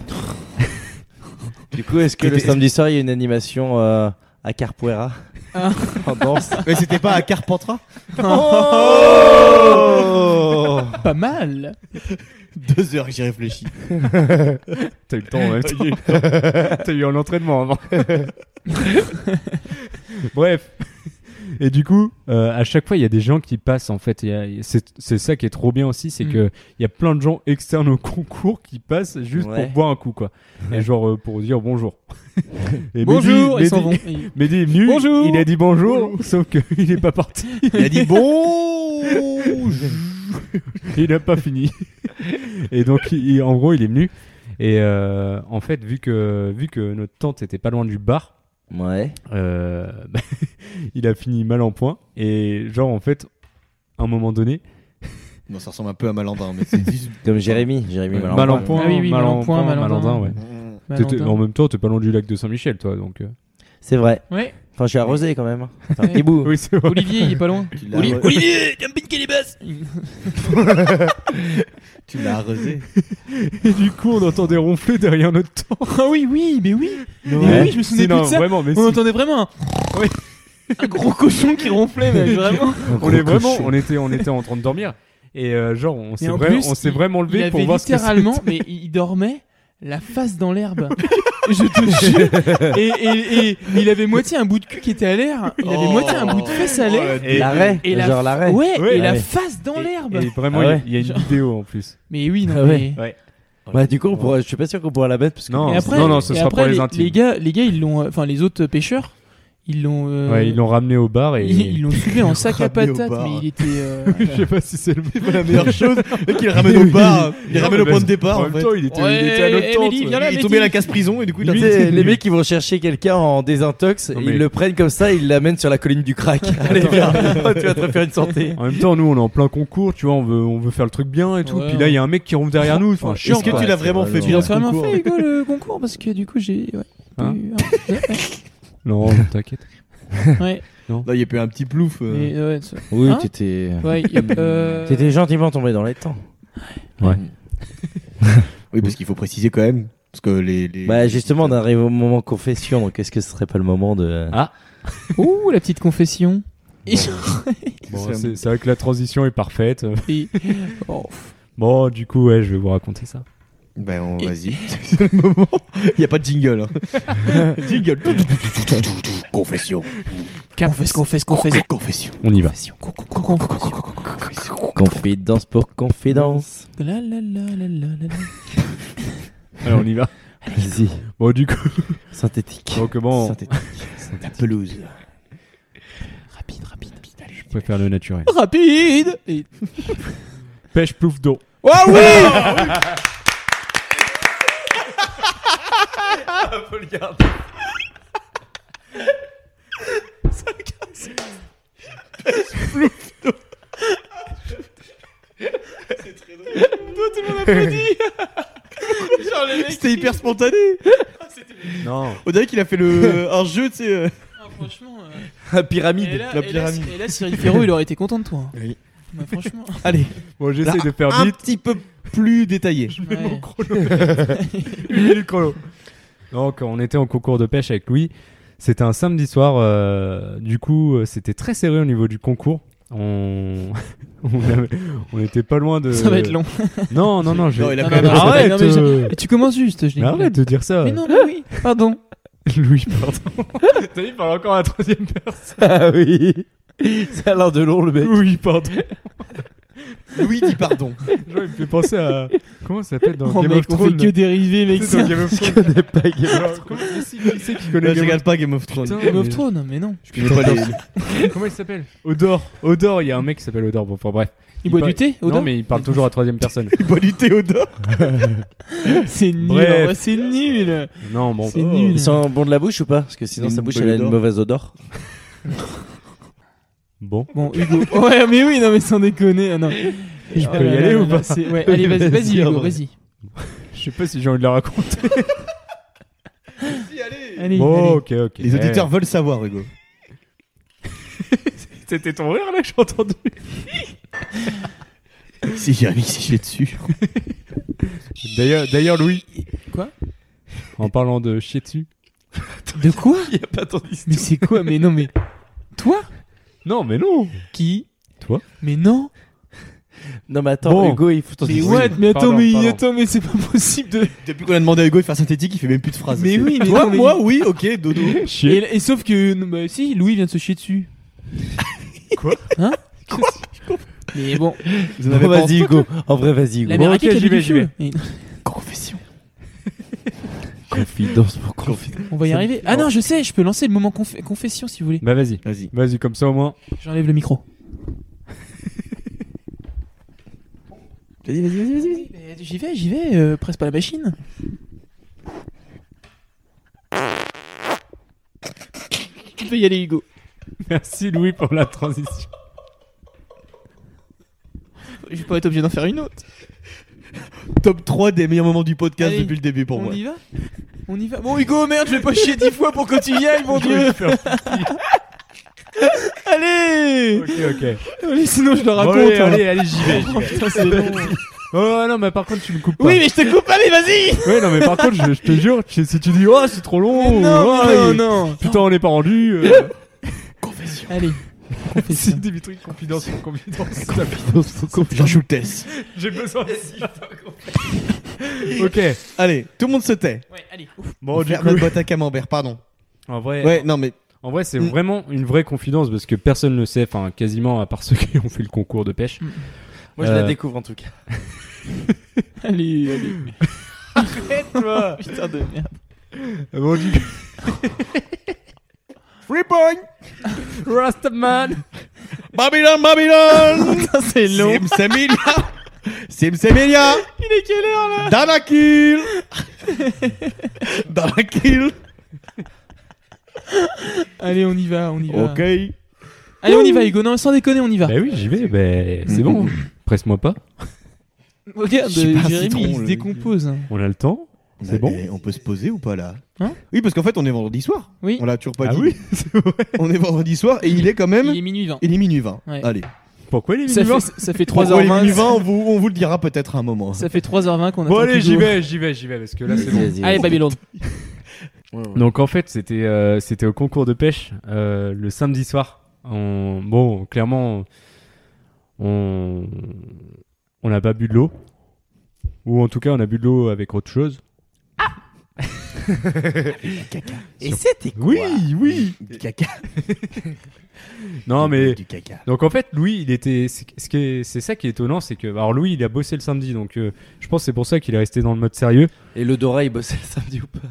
D: Du coup, est-ce que le samedi soir, il y a une animation euh, à Carpuera
F: Ah.
D: En danse
C: [LAUGHS] Mais c'était pas à Carpentras [LAUGHS]
E: Oh
C: Oh
F: Ah, Pas mal.
C: Deux heures que j'y réfléchis.
E: T'as eu le temps
F: [LAUGHS]
E: en même temps. [LAUGHS] T'as eu un entraînement avant. Bref. Et du coup, euh, à chaque fois, il y a des gens qui passent en fait. Il y a- il y a- C'est c'est ça qui est trop bien aussi, c'est
F: Mm.
E: que il y a plein de gens externes au concours qui passent juste
D: Ouais.
E: pour boire un coup, quoi. Et genre euh, pour dire
F: [LAUGHS]
E: bonjour. Et
F: Bonjour,
E: Mehdi-
F: ils s'en
E: [LAUGHS] Mehdi-
F: vont.
E: Mehdi est venu.
F: Bonjour.
E: Il a dit bonjour, sauf qu'il n'est pas parti.
C: Il a dit bon.
E: il n'a pas fini. [LAUGHS] et donc, il- il- en gros, il est venu. Et euh, en fait, vu que vu que notre tente était pas loin du bar.
D: Ouais.
E: Euh, [LAUGHS] bah, il a fini mal en point. Et genre, en fait, à un moment donné,
B: Non, ça ressemble un peu à Malandin, mais c'est juste.
D: Comme Jérémy. Jérémy
B: Ouais.
D: Malandin.
E: mal en point,
F: Ah oui, oui,
E: mal en point,
F: Malandin.
E: Malandin, ouais. T'étais-
F: bah, Valentin.
E: En même temps, t'es pas loin du lac de Saint-Michel, toi, donc. euh.
D: C'est vrai.
F: Ouais,
D: Enfin, je suis arrosé quand même. Enfin,
F: Ouais.
D: petit bout.
E: Oui, c'est vrai.
F: Olivier, il est pas loin.
E: Ah,
B: Tu l'as
F: Oli-
B: re-
F: Olivier, Camping Calibas
B: tu l'as arrosé.
E: [LAUGHS] Et du coup, on entendait ronfler derrière notre tente.
F: Ah oui, oui, mais oui. Mais
E: Ouais.
F: oui, je me souvenais plus
E: Si, non,
F: de ça.
E: Vraiment, mais
F: On
E: si.
F: entendait [LAUGHS] vraiment un...
E: Oui.
F: un gros cochon qui ronflait, [LAUGHS] mais vraiment.
E: on, est vraiment, on était, on était en train de dormir. Et euh, genre, on s'est
F: en
E: vra-
F: plus,
E: on s'est
F: il-
E: vraiment
F: Il
E: levé pour
F: avait
E: voir ce que
F: littéralement, mais il dormait la face dans [LAUGHS] l'herbe. Je te [LAUGHS] jure. Et, et- et il avait moitié un bout de cul qui était à l'air. Il avait
B: Oh.
F: moitié un bout de fesse à l'air.
E: c'était. Et-
D: L'arrêt.
F: et la-
D: Genre l'arrêt.
F: Ouais,
E: Ouais.
F: et la
D: Ouais.
F: face dans
E: et-
F: l'herbe.
C: bah.
E: Et vraiment,
D: Ah
E: il y a-
D: ouais.
E: il y a une vidéo en plus.
F: Mais oui, non,
D: Ah ouais.
F: mais-
D: Bah, du coup, on pourra- je suis pas sûr qu'on pourra la mettre parce que.
E: Non,
F: Et après,
E: non, non, ce
F: et
E: sera
F: après,
E: pour les,
F: les,
E: intimes.
F: les gars, les gars, ils l'ont, euh, enfin les autres pêcheurs, ils l'ont, euh,
E: Ouais, ils l'ont ramené au
C: [LAUGHS]
E: bar et.
F: ils- ils l'ont [LAUGHS] suivi en sac à
C: ramené au
F: patates,
C: bar.
F: mais il était. euh,
E: Je sais pas si c'est
C: [LAUGHS]
E: [LAUGHS] le
C: C'est pas la meilleure chose. Et qu'il [LAUGHS] ramène au bar. Il
E: Non,
C: ramène au
E: mais
C: point de
E: parce-
C: départ.
E: En
C: En
E: même
C: fait.
E: temps, il était,
F: Ouais,
E: il était à notre
F: eh,
E: tente.
F: Émilie,
E: ouais.
F: viens là.
C: Il est tombé à la casse prison et du coup il a
D: Tu sais, les mecs, ils vont chercher quelqu'un en désintox,
E: Non, mais-
D: ils le prennent comme ça, ils l'amènent sur la colline du
F: [LAUGHS]
D: crack. Allez,
C: [LAUGHS]
D: viens, tu vas te faire une santé.
E: En même temps, nous, on est en plein concours, tu vois, on veut, on veut faire le truc bien et tout.
F: Ouais,
E: Puis là, il y a un mec qui ronfle derrière nous. Enfin, chiant.
C: Est-ce que
E: quoi.
C: tu l'as vraiment fait
D: vraiment-
F: Ils
C: bien
F: l'ont
C: ce
F: vraiment
C: concours
F: fait Hugo le concours parce que du coup j'ai. Ouais,
E: Hein
F: eu un-
C: [LAUGHS]
E: Non, t'inquiète.
F: ouais,
C: Là, il y a eu un petit plouf. euh.
F: mais, ouais, ça-
D: Oui,
F: Hein
D: t'étais.
F: ouais, y a- euh,
D: T'étais gentiment tombé dans les temps.
B: Oui, parce qu'il faut préciser quand même. Parce que les. les-
D: Bah, justement, on arrive au moment confession, donc est-ce que ce serait pas le moment de.
F: Ouh, la petite confession. Et-
E: Bon,
C: C'est-
E: c'est c'est vrai que la transition est parfaite.
F: et- oh, pff.
E: Bon, du coup, ouais, je vais vous raconter ça.
B: Bah, on-
F: Et-
B: vas-y.
C: [LAUGHS] C'est le moment. Il n'y a pas de jingle. hein. [LAUGHS] jingle.
B: Confession.
F: Confesse, confesse, confesse.
B: Confession.
E: On y va.
F: Confession, con- con- con- confession.
D: Confidence pour confidence.
F: La, la, la, la, la, la, la.
E: Allez, on y va.
D: Vas-y,
E: Bon, du
C: [LAUGHS]
E: coup,
D: synthétique.
E: donc bon,
D: Synthétique.
B: La pelouse.
F: Rapide, rapide, rapide. allez.
E: je préfère le naturel.
F: Rapide. Et-
E: Pêche plouf d'eau.
F: Oh oui
C: [LAUGHS] C'était hyper spontané.
E: Non.
C: On dirait qu'il a fait [LAUGHS] le un jeu, tu sais. euh.
F: Ah, Franchement. euh,
D: La pyramide.
F: Et là,
C: la
F: et là,
C: pyramide.
F: et là, Cyril Ferro, il aurait été content de toi. hein.
C: Oui.
F: Bah, franchement.
C: Allez,
E: Bon, j'essaie
C: Là,
E: de faire
C: un
E: vite.
C: petit peu plus détaillé.
F: Ouais.
E: [LAUGHS] Une minute chrono. Donc, on était en concours de pêche avec Louis. C'était un samedi soir. euh, du coup, euh, c'était très serré au niveau du concours. On, [LAUGHS] on, avait- on était pas loin de.
F: Ça va être long.
E: Non, non, non. je vais-
B: Non, il a
F: Non,
B: quand
E: [LAUGHS]
F: non,
B: même-
F: non,
E: Arrête,
F: non, mais je-
E: euh,
F: Et tu commences juste, je l'ai
E: mais arrête de dire ça.
F: Mais non, mais oui, Ah. [LAUGHS] pardon.
E: [LAUGHS] Louis, pardon. [LAUGHS] T'as vu, il parle encore à la troisième personne.
D: [LAUGHS] Ah oui. C'est Alain Delon, le mec.
E: Louis, pardon.
B: Louis dit
C: [LAUGHS]
B: pardon.
E: Genre, il me fait penser à. Comment ça s'appelle dans
F: Oh,
E: Game
F: mec,
E: of
F: on fait
E: Thrones
F: que dériver, mec.
E: Tu sais,
F: c'est-
E: dans Game of Thrones.
D: connais pas
E: Genre, comment- mais si, Qui c'est qui connaît
C: Là, je
E: Game of
C: regarde pas Game of Thrones.
F: [LAUGHS]
E: Putain,
F: Game of
E: mais-
F: Thrones, mais non.
B: Je connais pas les.
E: Comment il s'appelle Odor. Odor, il y a un mec qui s'appelle Odor. Bon, enfin bref.
F: Il boit
E: par-
F: du thé, Oda
E: Non, mais il parle toujours à troisième personne.
C: Bonne Théodore.
F: [LAUGHS] C'est nul,
E: Bref. Oh.
F: en vrai, c'est nul.
E: Non, bon.
F: C'est nul.
D: Ils sont bons de la bouche ou pas Parce que sinon,
B: Une
D: sa bouche, elle a une
B: odeur.
D: mauvaise odeur.
E: Bon.
F: Bon, Hugo. [LAUGHS] Ouais, mais oui, non, mais sans déconner. ah non.
E: Je
F: Ah là
E: peux y
F: là
E: aller
F: là là,
E: ou pas
F: c'est- ouais, Allez, vas-y, vas-y,
C: Vas-y,
F: Hugo,
C: André.
F: vas-y.
E: [LAUGHS] Je sais pas si j'ai envie de la raconter.
F: Allez,
E: Bon,
F: allez.
E: ok, ok.
C: Les auditeurs veulent savoir, Hugo.
E: Eh, C'était ton rire là que j'ai entendu.
C: Si j'ai un s'est dessus.
E: D'ailleurs, d'ailleurs, Louis.
F: Quoi
E: En parlant de chier dessus.
F: De
E: [LAUGHS]
F: quoi
D: Il n'y a pas ton
F: Mais c'est quoi Mais non, mais. Toi
E: Non, mais non.
F: Qui
E: Toi.
F: Mais non
D: Non, mais attends,
E: Bon.
D: Hugo, il faut ton
F: Mais
E: Oui.
F: what Mais attends,
E: Pardon,
F: mais
E: pardon.
F: attends, mais c'est pas possible de.
C: Depuis qu'on a demandé à Hugo de faire synthétique, il fait même plus de phrases.
F: Mais
C: C'est-
F: oui, mais
C: Toi,
F: non, mais-
C: moi, oui, ok, dodo.
E: Chier.
F: Et, et sauf que. non, bah, si, Louis vient de se chier dessus.
E: Quoi [LAUGHS]
F: Hein Mais bon,
C: Vous en avez pas
D: vas-y, Hugo. En vrai, vas-y, Hugo.
F: la mère
E: ok,
F: à qui elle
E: j'y
F: a
E: vais,
F: du
E: j'y
F: feu. Mais- Confession.
D: Confidence pour confidence.
F: On va y
D: Ça-
F: arriver. Ah non, je sais, je peux lancer le moment conf- confession si vous voulez.
E: Bah vas-y.
C: Vas-y.
E: Vas-y, comme ça au moins. [LAUGHS]
F: J'enlève le micro.
B: [LAUGHS] Vas-y, vas-y, vas-y, vas-y.
F: Mais J'y vais, j'y vais, euh, presse pas la machine. Tu peux y aller, Hugo.
E: Merci Louis pour la transition.
F: Je vais pas être obligé d'en faire une autre.
C: Top 3 des meilleurs moments du podcast
F: Allez,
C: depuis le début pour
F: On
C: moi. [LAUGHS]
F: y va On y va Bon, Hugo, merde, je vais pas chier dix fois pour que tu y ailles, mon dieu Allez
E: Ok, ok.
F: Allez, sinon je le raconte.
E: allez,
F: hein.
E: allez, allez, j'y [LAUGHS] vais. j'y vais.
F: Putain, c'est long.
E: Oh non, mais par contre, tu me coupes pas.
F: Oui, mais je te coupe, allez, vas-y
E: Ouais, non, mais par contre, je, je te jure, tu- si tu dis, oh, c'est trop long,
F: Mais Non,
E: oh,
F: mais non,
E: il-
F: non
E: putain, on n'est pas rendu. [LAUGHS] euh,
F: Allez,
E: c'est
F: confession.
E: des trucs confidence, [LAUGHS] confidence.
C: Jean Schultes.
E: J'ai besoin de [LAUGHS] Ok,
C: Allez, tout le monde se tait.
F: [LAUGHS] Ouais, allez.
E: bon,
C: On
E: Oh, du
C: ferme
E: coup,
C: notre boîte à camembert, pardon.
E: en vrai,
C: Ouais, non, mais
E: en vrai c'est
C: Mm.
E: vraiment une vraie confidence parce que personne ne sait, enfin, quasiment à part ceux qui ont fait le concours de pêche.
D: Moi, je la
E: Euh,
D: découvre en tout cas.
F: Allez, allez. Arrête-toi [LAUGHS] Putain de merde.
E: Ah, Bon, du coup,
C: [LAUGHS] Free point
E: Rastaman
C: Babylon,
E: [LAUGHS]
C: Babylon
F: [LAUGHS] Putain, c'est long.
C: Simsemilia Simsemilia
F: Il est quelle heure, là
E: [LAUGHS]
C: Danakil Danakil
F: Allez, on y va, on y va.
C: Ok.
F: Allez, on y va, Hugo. Non, sans déconner, on y va.
E: Bah oui, j'y vais, bah, c'est bon, presse-moi pas,
F: Regarde,
C: Je sais pas,
F: bah, Jérémy,
C: citron,
F: il se
C: le-
F: décompose.
E: on a le temps. C'est
C: Mais
E: bon
C: Eh, On peut se poser ou pas là
F: Hein
C: Oui, parce qu'en fait, on est vendredi soir.
F: Oui.
C: On l'a toujours pas
E: Ah
C: dit.
E: oui, [LAUGHS] c'est vrai.
C: On est vendredi soir et il est quand même.
F: Il est minuit 20.
C: Il est minuit 20.
F: Ouais.
C: Allez.
E: Pourquoi les
F: Ça
E: minimums
F: fait, ça fait
C: Pourquoi il est minuit
F: 3h20.
C: 20 on vous, on vous le dira peut-être à un moment.
F: Ça fait 3h20 qu'on a
E: Bon, allez, j'y vais, j'y vais, j'y vais, parce que là, c'est bon.
F: Allez, Babylone.
E: Donc en fait, c'était euh, c'était au concours de pêche euh, le samedi soir. On- bon, clairement, on on n'a pas bu de l'eau, ou en tout cas, on a bu de l'eau avec autre chose.
B: Ah.
D: Et c'était quoi
E: oui.
B: Du caca.
E: [LAUGHS] Non mais
B: Du caca.
E: donc en fait, Louis, il était c'est ce qui est- c'est ça qui est étonnant, c'est que alors Louis, il a bossé le samedi, donc euh, je pense que c'est pour ça qu'il est resté dans le mode sérieux.
D: Et le Dora, il bossait le samedi ou pas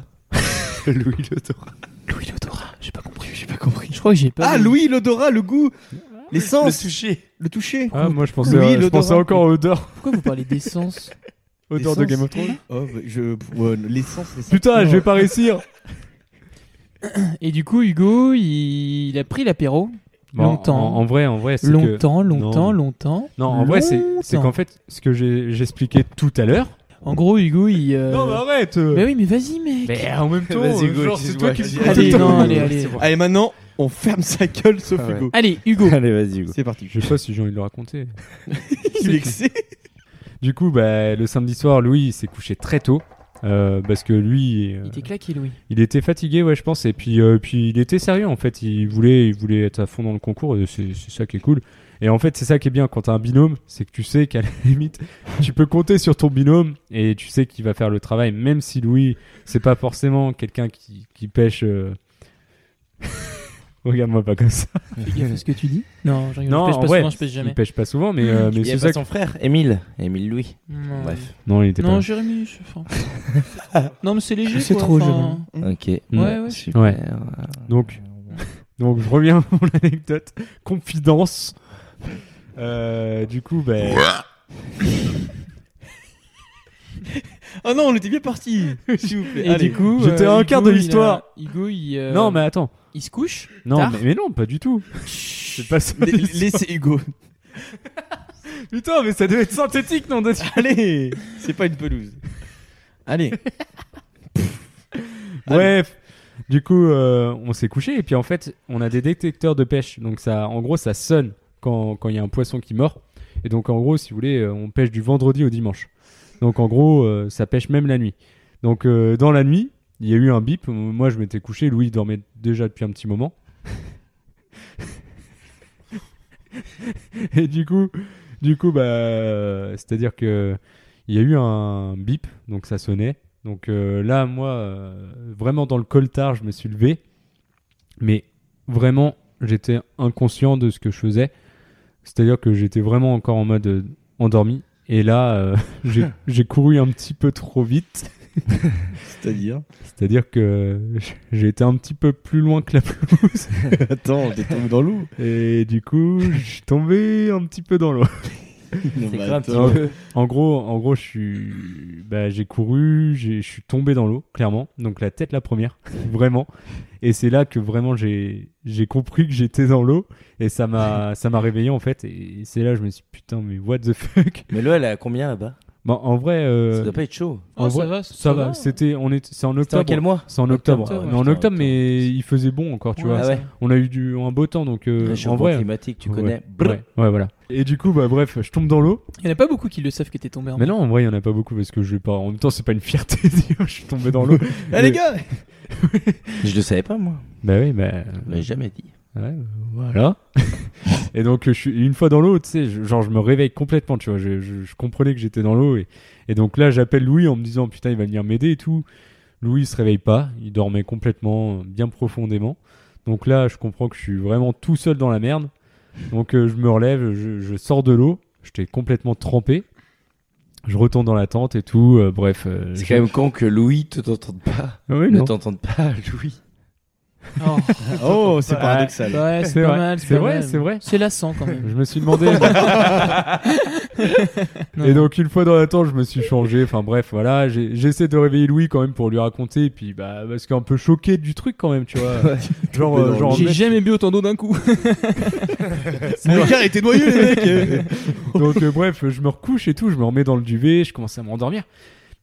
D: Louis le Dora.
F: Louis Lodora, j'ai pas compris, j'ai pas compris. Je crois que j'ai pas.
C: Ah, Louis, l'odorat, le goût,
D: Le
C: l'essence,
D: toucher.
C: le, toucher.
E: Ah, moi, je pensais,
C: Louis,
E: euh, je
C: l'odorat.
E: pensais encore aux odeurs,
F: Pourquoi vous parlez d'essence
E: odeurs de
C: L'essence.
E: Game of Thrones.
C: Oh, bah, je... ouais, l'essence, l'essence.
E: Putain, je vais pas réussir.
F: Et du coup, Hugo, il, il a pris l'apéro.
E: Bon,
F: Longtemps.
E: En, en vrai, en vrai, c'est que-
F: Longtemps, longtemps,
E: Non.
F: longtemps.
E: Non, en vrai, c'est c'est
F: Longtemps.
E: qu'en fait, ce que j'ai- j'expliquais tout à l'heure.
F: En gros, Hugo, il. euh,
B: ah
E: arrête
F: Bah oui, mais vas-y, mec.
E: Mais en même temps,
D: Vas-y,
E: euh,
D: Hugo,
E: genre, c'est
D: excuse-moi,
E: toi qui
D: vas-y.
E: le dis.
F: Allez,
E: Attends,
F: non,
E: euh,
F: allez, allez.
D: c'est bon.
C: Allez, maintenant, on ferme sa gueule, sauf
D: Ah ouais.
C: Hugo.
F: Allez,
E: [LAUGHS]
F: Hugo.
D: Allez, vas-y, Hugo.
C: C'est parti.
E: Je sais pas si j'ai envie de le raconter.
C: Il est excité.
E: Du coup, bah, le samedi soir, Louis il s'est couché très tôt. euh, parce que lui, euh,
F: Il était claqué, Louis.
E: il était fatigué, ouais, je pense. Et puis, euh, puis il était sérieux, en fait. Il voulait, il voulait être à fond dans le concours. et C'est c'est ça qui est cool. Et en fait, c'est ça qui est bien quand t'as un binôme, c'est que tu sais qu'à la [LAUGHS] limite, tu peux compter sur ton binôme et tu sais qu'il va faire le travail, même si Louis, c'est pas forcément quelqu'un qui, qui pêche. euh, [LAUGHS] Regarde-moi pas comme ça.
F: ce que tu dis Non, je rigole,
E: Non,
F: je pêche pas
E: ouais,
F: souvent, je pêche jamais.
E: Il pêche pas souvent,
F: [LAUGHS]
E: mais, euh, mais
D: Il y
E: c'est
D: avait
E: ça.
D: son frère, Émile. Émile Louis.
F: Non.
D: Bref.
E: que- Non, il était
F: Non,
E: pas.
F: Jérémy, je...
E: [LAUGHS]
F: enfin, non, mais c'est léger.
A: C'est
F: quoi,
A: trop
F: enfin.
D: Ok. Mm.
F: ouais.
D: Super.
E: Ouais. Donc, Donc je reviens [LAUGHS] à mon anecdote. Confidence. Euh, du coup, ben.
B: Ah non, on était bien parti. S'il vous plaît.
F: Et
B: Allez.
F: du coup, euh,
E: J'étais à un quart de
F: Hugo, il a-
E: l'histoire.
F: Hugo, il, euh,
E: Non, mais attends.
F: il se couche.
E: Non,
F: tard.
E: mais, mais non, pas du tout. C'est pas ça.
B: La- Laissez Hugo.
E: [LAUGHS] Putain, mais ça devait être synthétique, non de-
B: Allez, c'est pas une pelouse. Allez.
E: Bref. Du coup, euh, on s'est couché et puis en fait, on a des détecteurs de pêche. Donc ça, en gros, ça sonne quand quand il y a un poisson qui mord. Et donc en gros, si vous voulez, euh, on pêche du vendredi au dimanche. Donc en gros, euh, ça pêche même la nuit. Donc euh, dans la nuit, il y a eu un bip. Moi, je m'étais couché. Louis dormait déjà depuis un petit moment. [LAUGHS] et du coup, du coup, bah, euh, c'est-à-dire que il y a eu un bip, donc ça sonnait. Donc euh, là, moi, euh, vraiment dans le coltard, je me suis levé. Mais vraiment, j'étais inconscient de ce que je faisais. C'est-à-dire que j'étais vraiment encore en mode euh, endormi. Et là, euh, [LAUGHS] j'ai- j'ai couru un petit peu trop vite.
C: [LAUGHS]
B: C'est-à-dire
E: C'est-à-dire que [LAUGHS] j'ai été un petit peu plus loin que la [LAUGHS] pelouse.
B: Attends, t'es tombé dans l'eau.
E: Et du coup, je suis tombé un petit peu dans l'eau.
B: Non,
D: C'est
B: bah,
D: quoi un
B: attends.
D: petit peu
E: En gros, en gros, je suis, bah, j'ai couru, j'ai- je suis tombé dans l'eau, clairement. Donc la tête la première, [LAUGHS] vraiment. Et c'est là que vraiment j'ai, j'ai compris que j'étais dans l'eau et ça m'a, ça m'a réveillé en fait. Et c'est là que je me suis dit, putain, mais what the fuck.
D: Mais l'eau, elle est à combien là-bas
E: Bon, en vrai, euh,
D: Ça doit pas être chaud.
E: en
F: Oh,
E: vrai,
F: ça va,
E: ça va. C'était, on est, c'est en
D: C'était en
E: octobre.
D: quel mois
E: C'est en octobre.
F: Octobre,
E: mais en
D: putain,
E: octobre, mais il faisait bon encore, tu
F: Ouais,
E: vois.
D: Ah ouais.
E: On a eu du, un beau temps, donc euh,
D: Le
E: en
D: changement
E: vrai.
D: climatique, tu
E: ouais,
D: connais.
E: Ouais,
D: Brr.
E: ouais, voilà. Et du coup, bah bref, je tombe dans l'eau.
F: Il y en a pas beaucoup qui le savent que t'es tombé en
E: Mais non, en vrai, il n'y en a pas beaucoup parce que je vais pas. En même temps, c'est pas une fierté [LAUGHS] de dire je suis tombé dans l'eau.
B: [LAUGHS] Eh les
D: [LAUGHS]
B: gars
D: Je le savais pas, moi.
E: Bah oui, bah.
D: Je l'avais jamais dit.
E: Ouais, euh, voilà. [LAUGHS] et donc, je suis une fois dans l'eau, tu sais, je- genre, je me réveille complètement, tu vois. Je, je- je comprenais que j'étais dans l'eau. Et, et donc là, j'appelle Louis en me disant, putain, il va venir m'aider et tout. Louis il se réveille pas, il dormait complètement, euh, bien profondément. Donc là, je comprends que je suis vraiment tout seul dans la merde. Donc euh, je me relève, je, je sors de l'eau, j'étais complètement trempé. Je retourne dans la tente et tout, euh, bref. euh,
D: C'est
E: je-
D: quand même con que Louis ne t'entende pas.
E: Ah oui,
D: Ne
E: non.
D: t'entende pas, [LAUGHS] Louis.
E: [LAUGHS]
F: Oh,
B: Oh, c'est
E: Ah,
B: paradoxal.
F: ouais, c'est
E: C'est
F: pas
E: vrai,
F: mal.
E: c'est
F: pas
E: vrai,
F: mal.
E: c'est vrai.
F: C'est lassant quand
E: [LAUGHS]
F: même.
E: Je me
F: [LAUGHS]
E: suis demandé.
F: Non,
E: et
F: non.
E: donc une fois dans la tente, je me suis changé. Enfin bref, voilà, j'ai- j'essaie de réveiller Louis quand même pour lui raconter. Et puis bah parce qu'un peu choqué du truc quand même, tu vois. genre, euh, genre
F: J'ai
E: mec,
F: jamais bu autant d'eau d'un coup.
B: Mon gars était noyé,
F: Euh,
B: les mecs
E: [LAUGHS] Donc euh, bref, je me recouche et tout, je me remets dans le duvet, je commence à m'endormir.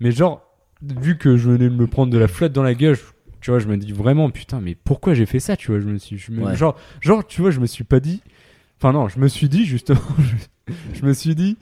E: Mais genre, vu que je venais de me prendre de la flotte dans la gueule, je- tu vois, je me dis vraiment, putain, mais pourquoi j'ai fait ça, tu vois Je me suis, je me-
D: Ouais.
E: genre, genre, tu vois, je me suis pas dit. Enfin non, je me suis dit justement, [LAUGHS] je, je me suis dit.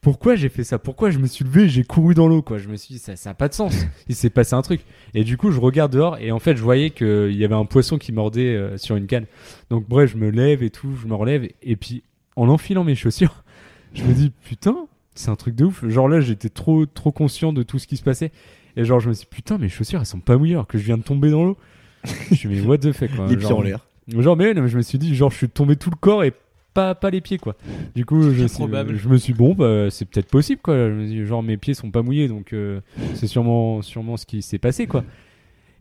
E: Pourquoi j'ai fait ça Pourquoi je me suis levé et j'ai couru dans l'eau quoi Je me suis dit ça ça a pas de sens. Il s'est passé un truc. Et du coup, je regarde dehors et en fait, je voyais qu'il y avait un poisson qui mordait euh, sur une canne. Donc bref, je me lève et tout, je me relève et puis en enfilant mes chaussures, [LAUGHS] je me dis putain c'est un truc de ouf genre là j'étais trop trop conscient de tout ce qui se passait et genre je me suis dit, putain mes chaussures elles sont pas mouillées alors que je viens de tomber dans l'eau je me suis dit, mais what the fuck quoi.
B: Les pieds
E: Genre-
B: en
C: [LAUGHS]
B: l'air.
E: genre mais, ouais, non, mais je me suis dit genre je suis tombé tout le corps et pas pas les pieds quoi du coup je,
F: Très
E: suis-
F: probable.
E: je me suis dit, bon bah, c'est peut-être possible quoi je me suis dit, genre mes pieds sont pas mouillés donc euh, c'est sûrement sûrement ce qui s'est passé quoi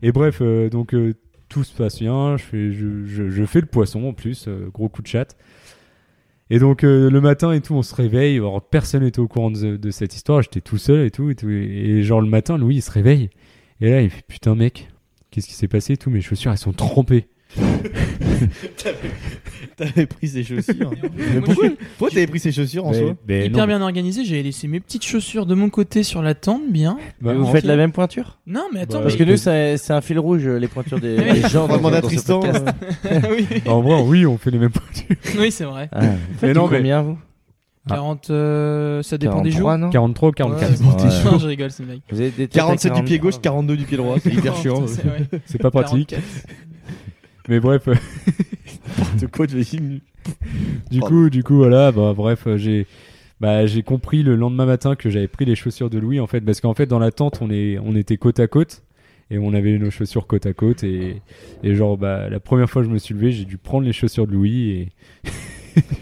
E: et bref euh, donc euh, tout se passe bien je fais je, je- je fais le poisson en plus euh, gros coup de chatte et donc euh, le matin et tout, on se réveille. Alors, personne n'était au courant de, de cette histoire. J'étais tout seul et tout, et tout. Et genre le matin, Louis il se réveille. Et là il fait putain mec, qu'est-ce qui s'est passé et tout Mes chaussures elles sont trempées.
B: T'avais pris ses chaussures. Mais
F: Moi, je
B: pourquoi
F: suis
B: pourquoi t'avais pris ses chaussures en
E: Mais-
B: soi
E: mais non,
F: hyper bien organisé. J'avais laissé mes petites chaussures de mon côté sur la tente, bien.
E: bah,
D: vous
E: en-
D: faites la même pointure
F: Non, mais attends,
E: Bah,
D: Parce
F: mais-
D: que nous, c'est c'est un fil rouge, les pointures des
F: Oui.
D: des gens.
B: On va
D: dans-
B: demander à
D: dans ce
B: Tristan.
D: podcast.
F: [LAUGHS] oui,
E: en vrai, oui, on fait les mêmes pointures.
F: oui c'est vrai.
D: Ah, vous faites
E: non,
D: du
E: mais-
D: combien, vous
E: Ah.
F: 40, euh, ça dépend des jours.
D: 43, non
E: 43 ou 44
F: Ouais,
D: des jours.
F: [LAUGHS] Non, je rigole, c'est une blague.
D: Vous avez des têtes à
C: 47 du
D: 40.
C: pied gauche, 42 du pied droit. C'est hyper
F: Oh,
C: chiant.
F: putain, c'est vrai.
E: C'est
F: [LAUGHS]
E: pas pratique.
F: 44.
E: Mais bref, euh,
C: De quoi tu vas-
E: du
C: Pardon.
E: coup, du coup, voilà, bah, bref, euh, j'ai. Bah, j'ai compris le lendemain matin que j'avais pris les chaussures de Louis en fait parce qu'en fait dans la tente on est on était côte à côte et on avait nos chaussures côte à côte et, et genre bah la première fois que je me suis levé j'ai dû prendre les chaussures de Louis et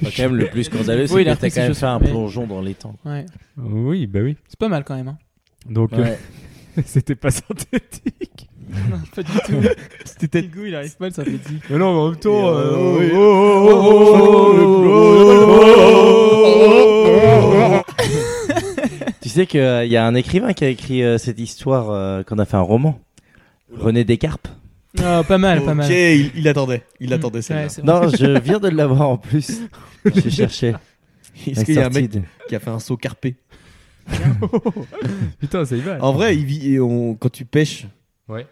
D: Enfin, quand même, le plus scandaleux,
F: Oui,
D: c'est
F: il a
D: que t'as
F: repris ses
D: quand même fait
F: chaussures,
D: un
F: mais-
D: plongeon dans les temps.
F: Ouais.
E: oui bah oui
F: C'est pas mal quand même. Hein.
E: donc euh,
D: Ouais.
E: [LAUGHS] c'était pas synthétique
F: non, pas du [LAUGHS] tout. C'était Hugo, il arrive pas, ça fait dit.
E: mais non mais en même temps
C: euh,
E: euh,
C: oui.
E: oh, oh, oh,
C: oh,
D: Tu sais qu'il y a un écrivain qui a écrit euh, cette histoire, euh, qu'on a fait un roman. René Descarpes.
F: Non, pas mal, pas mal.
C: Ok, il, il attendait. Il attendait
F: Mm,
C: celle-là.
F: ouais, c'est
D: [LAUGHS]
F: vrai.
D: Non, je viens de l'avoir en plus. Je cherchais.
C: Est-ce qu'il y a un mec qui a fait un saut carpé
E: oh. putain ça y va
C: En vrai, il vit, et on- quand tu pêches,
E: Ouais.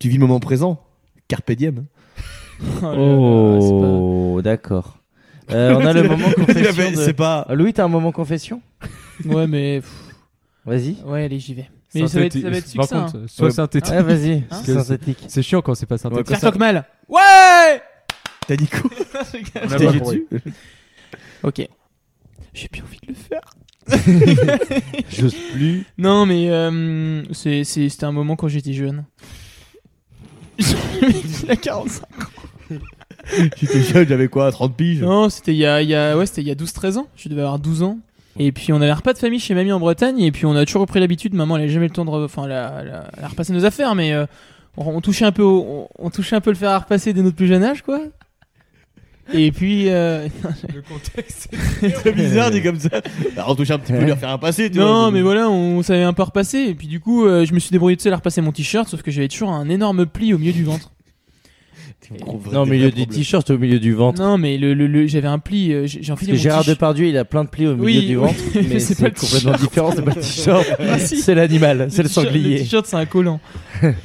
C: tu vis le moment présent. Carpe diem.
F: Oh là là, c'est
D: Oh, d'accord. Euh,
C: [LAUGHS]
D: on a le moment
C: Il
D: confession.
C: avait-
D: de-
C: C'est pas.
D: Ah, Louis, t'as un moment confession
F: pas- Ouais, mais. pff,
D: Vas-y.
F: Ouais, allez, j'y vais. Mais ça va être, ça va être
E: Par
F: succinct.
E: contre, soit
C: Ouais.
E: synthétique
D: Ouais, vas-y.
F: Hein
D: c'est synthétique.
E: c'est chiant quand c'est pas synthétique
F: Faire toc mal. [LAUGHS] Ouais
C: T'as dit quoi
E: On
C: Je
E: a
C: t'ai
E: pas
C: dit
E: compris.
C: dessus
F: Ok. J'ai plus envie de le faire.
D: [LAUGHS] J'ose plus.
F: Non, mais euh, c'est- c'est- c'était un moment quand j'étais [LAUGHS] jeune. Il a 45.
C: J'étais jeune, j'avais quoi 30 piges
F: Non, c'était il y a, il y a, ouais, c'était il y a 12-13 ans. Je devais avoir 12 ans. Et puis on avait un repas de famille chez mamie en Bretagne. Et puis on a toujours repris l'habitude. Maman, elle avait jamais le temps de, re- enfin, elle a, elle a- elle a repassé nos affaires, mais euh, on, on touchait un peu, au- on, on touchait un peu le fer à repasser dès notre plus jeune âge, quoi. Et puis euh,
E: le contexte
C: C'est bizarre, dit comme
F: [LAUGHS]
C: ça. Bah, on touche un petit peu, leur faire un passé, tu vois.
F: Non, mais voilà, on savait un peu repasser. Et puis du coup, euh, je me suis débrouillé de seul à repasser mon t-shirt, sauf que j'avais toujours un énorme pli au milieu du ventre.
C: Gros vrai-
D: Non, au
C: des
D: milieu
C: vrais
D: du
C: problèmes.
D: t-shirt, au milieu du ventre.
F: Non, mais le, le- le- j'avais un pli. euh, J'ai j'ai
D: Parce
F: enfilé
D: que
F: mon
D: Gérard
F: t-shirt.
D: Depardieu, il a plein de plis au milieu
F: Oui,
D: du
F: oui,
D: ventre,
F: mais
D: mais
F: c'est
D: c'est
F: pas le
D: complètement
F: t-shirt.
D: différent, c'est pas le t-shirt.
F: Ah, si.
D: C'est l'animal, c'est le
F: t-shirt- Le
D: sanglier.
F: t-shirt, c'est
D: [LAUGHS]
F: un collant.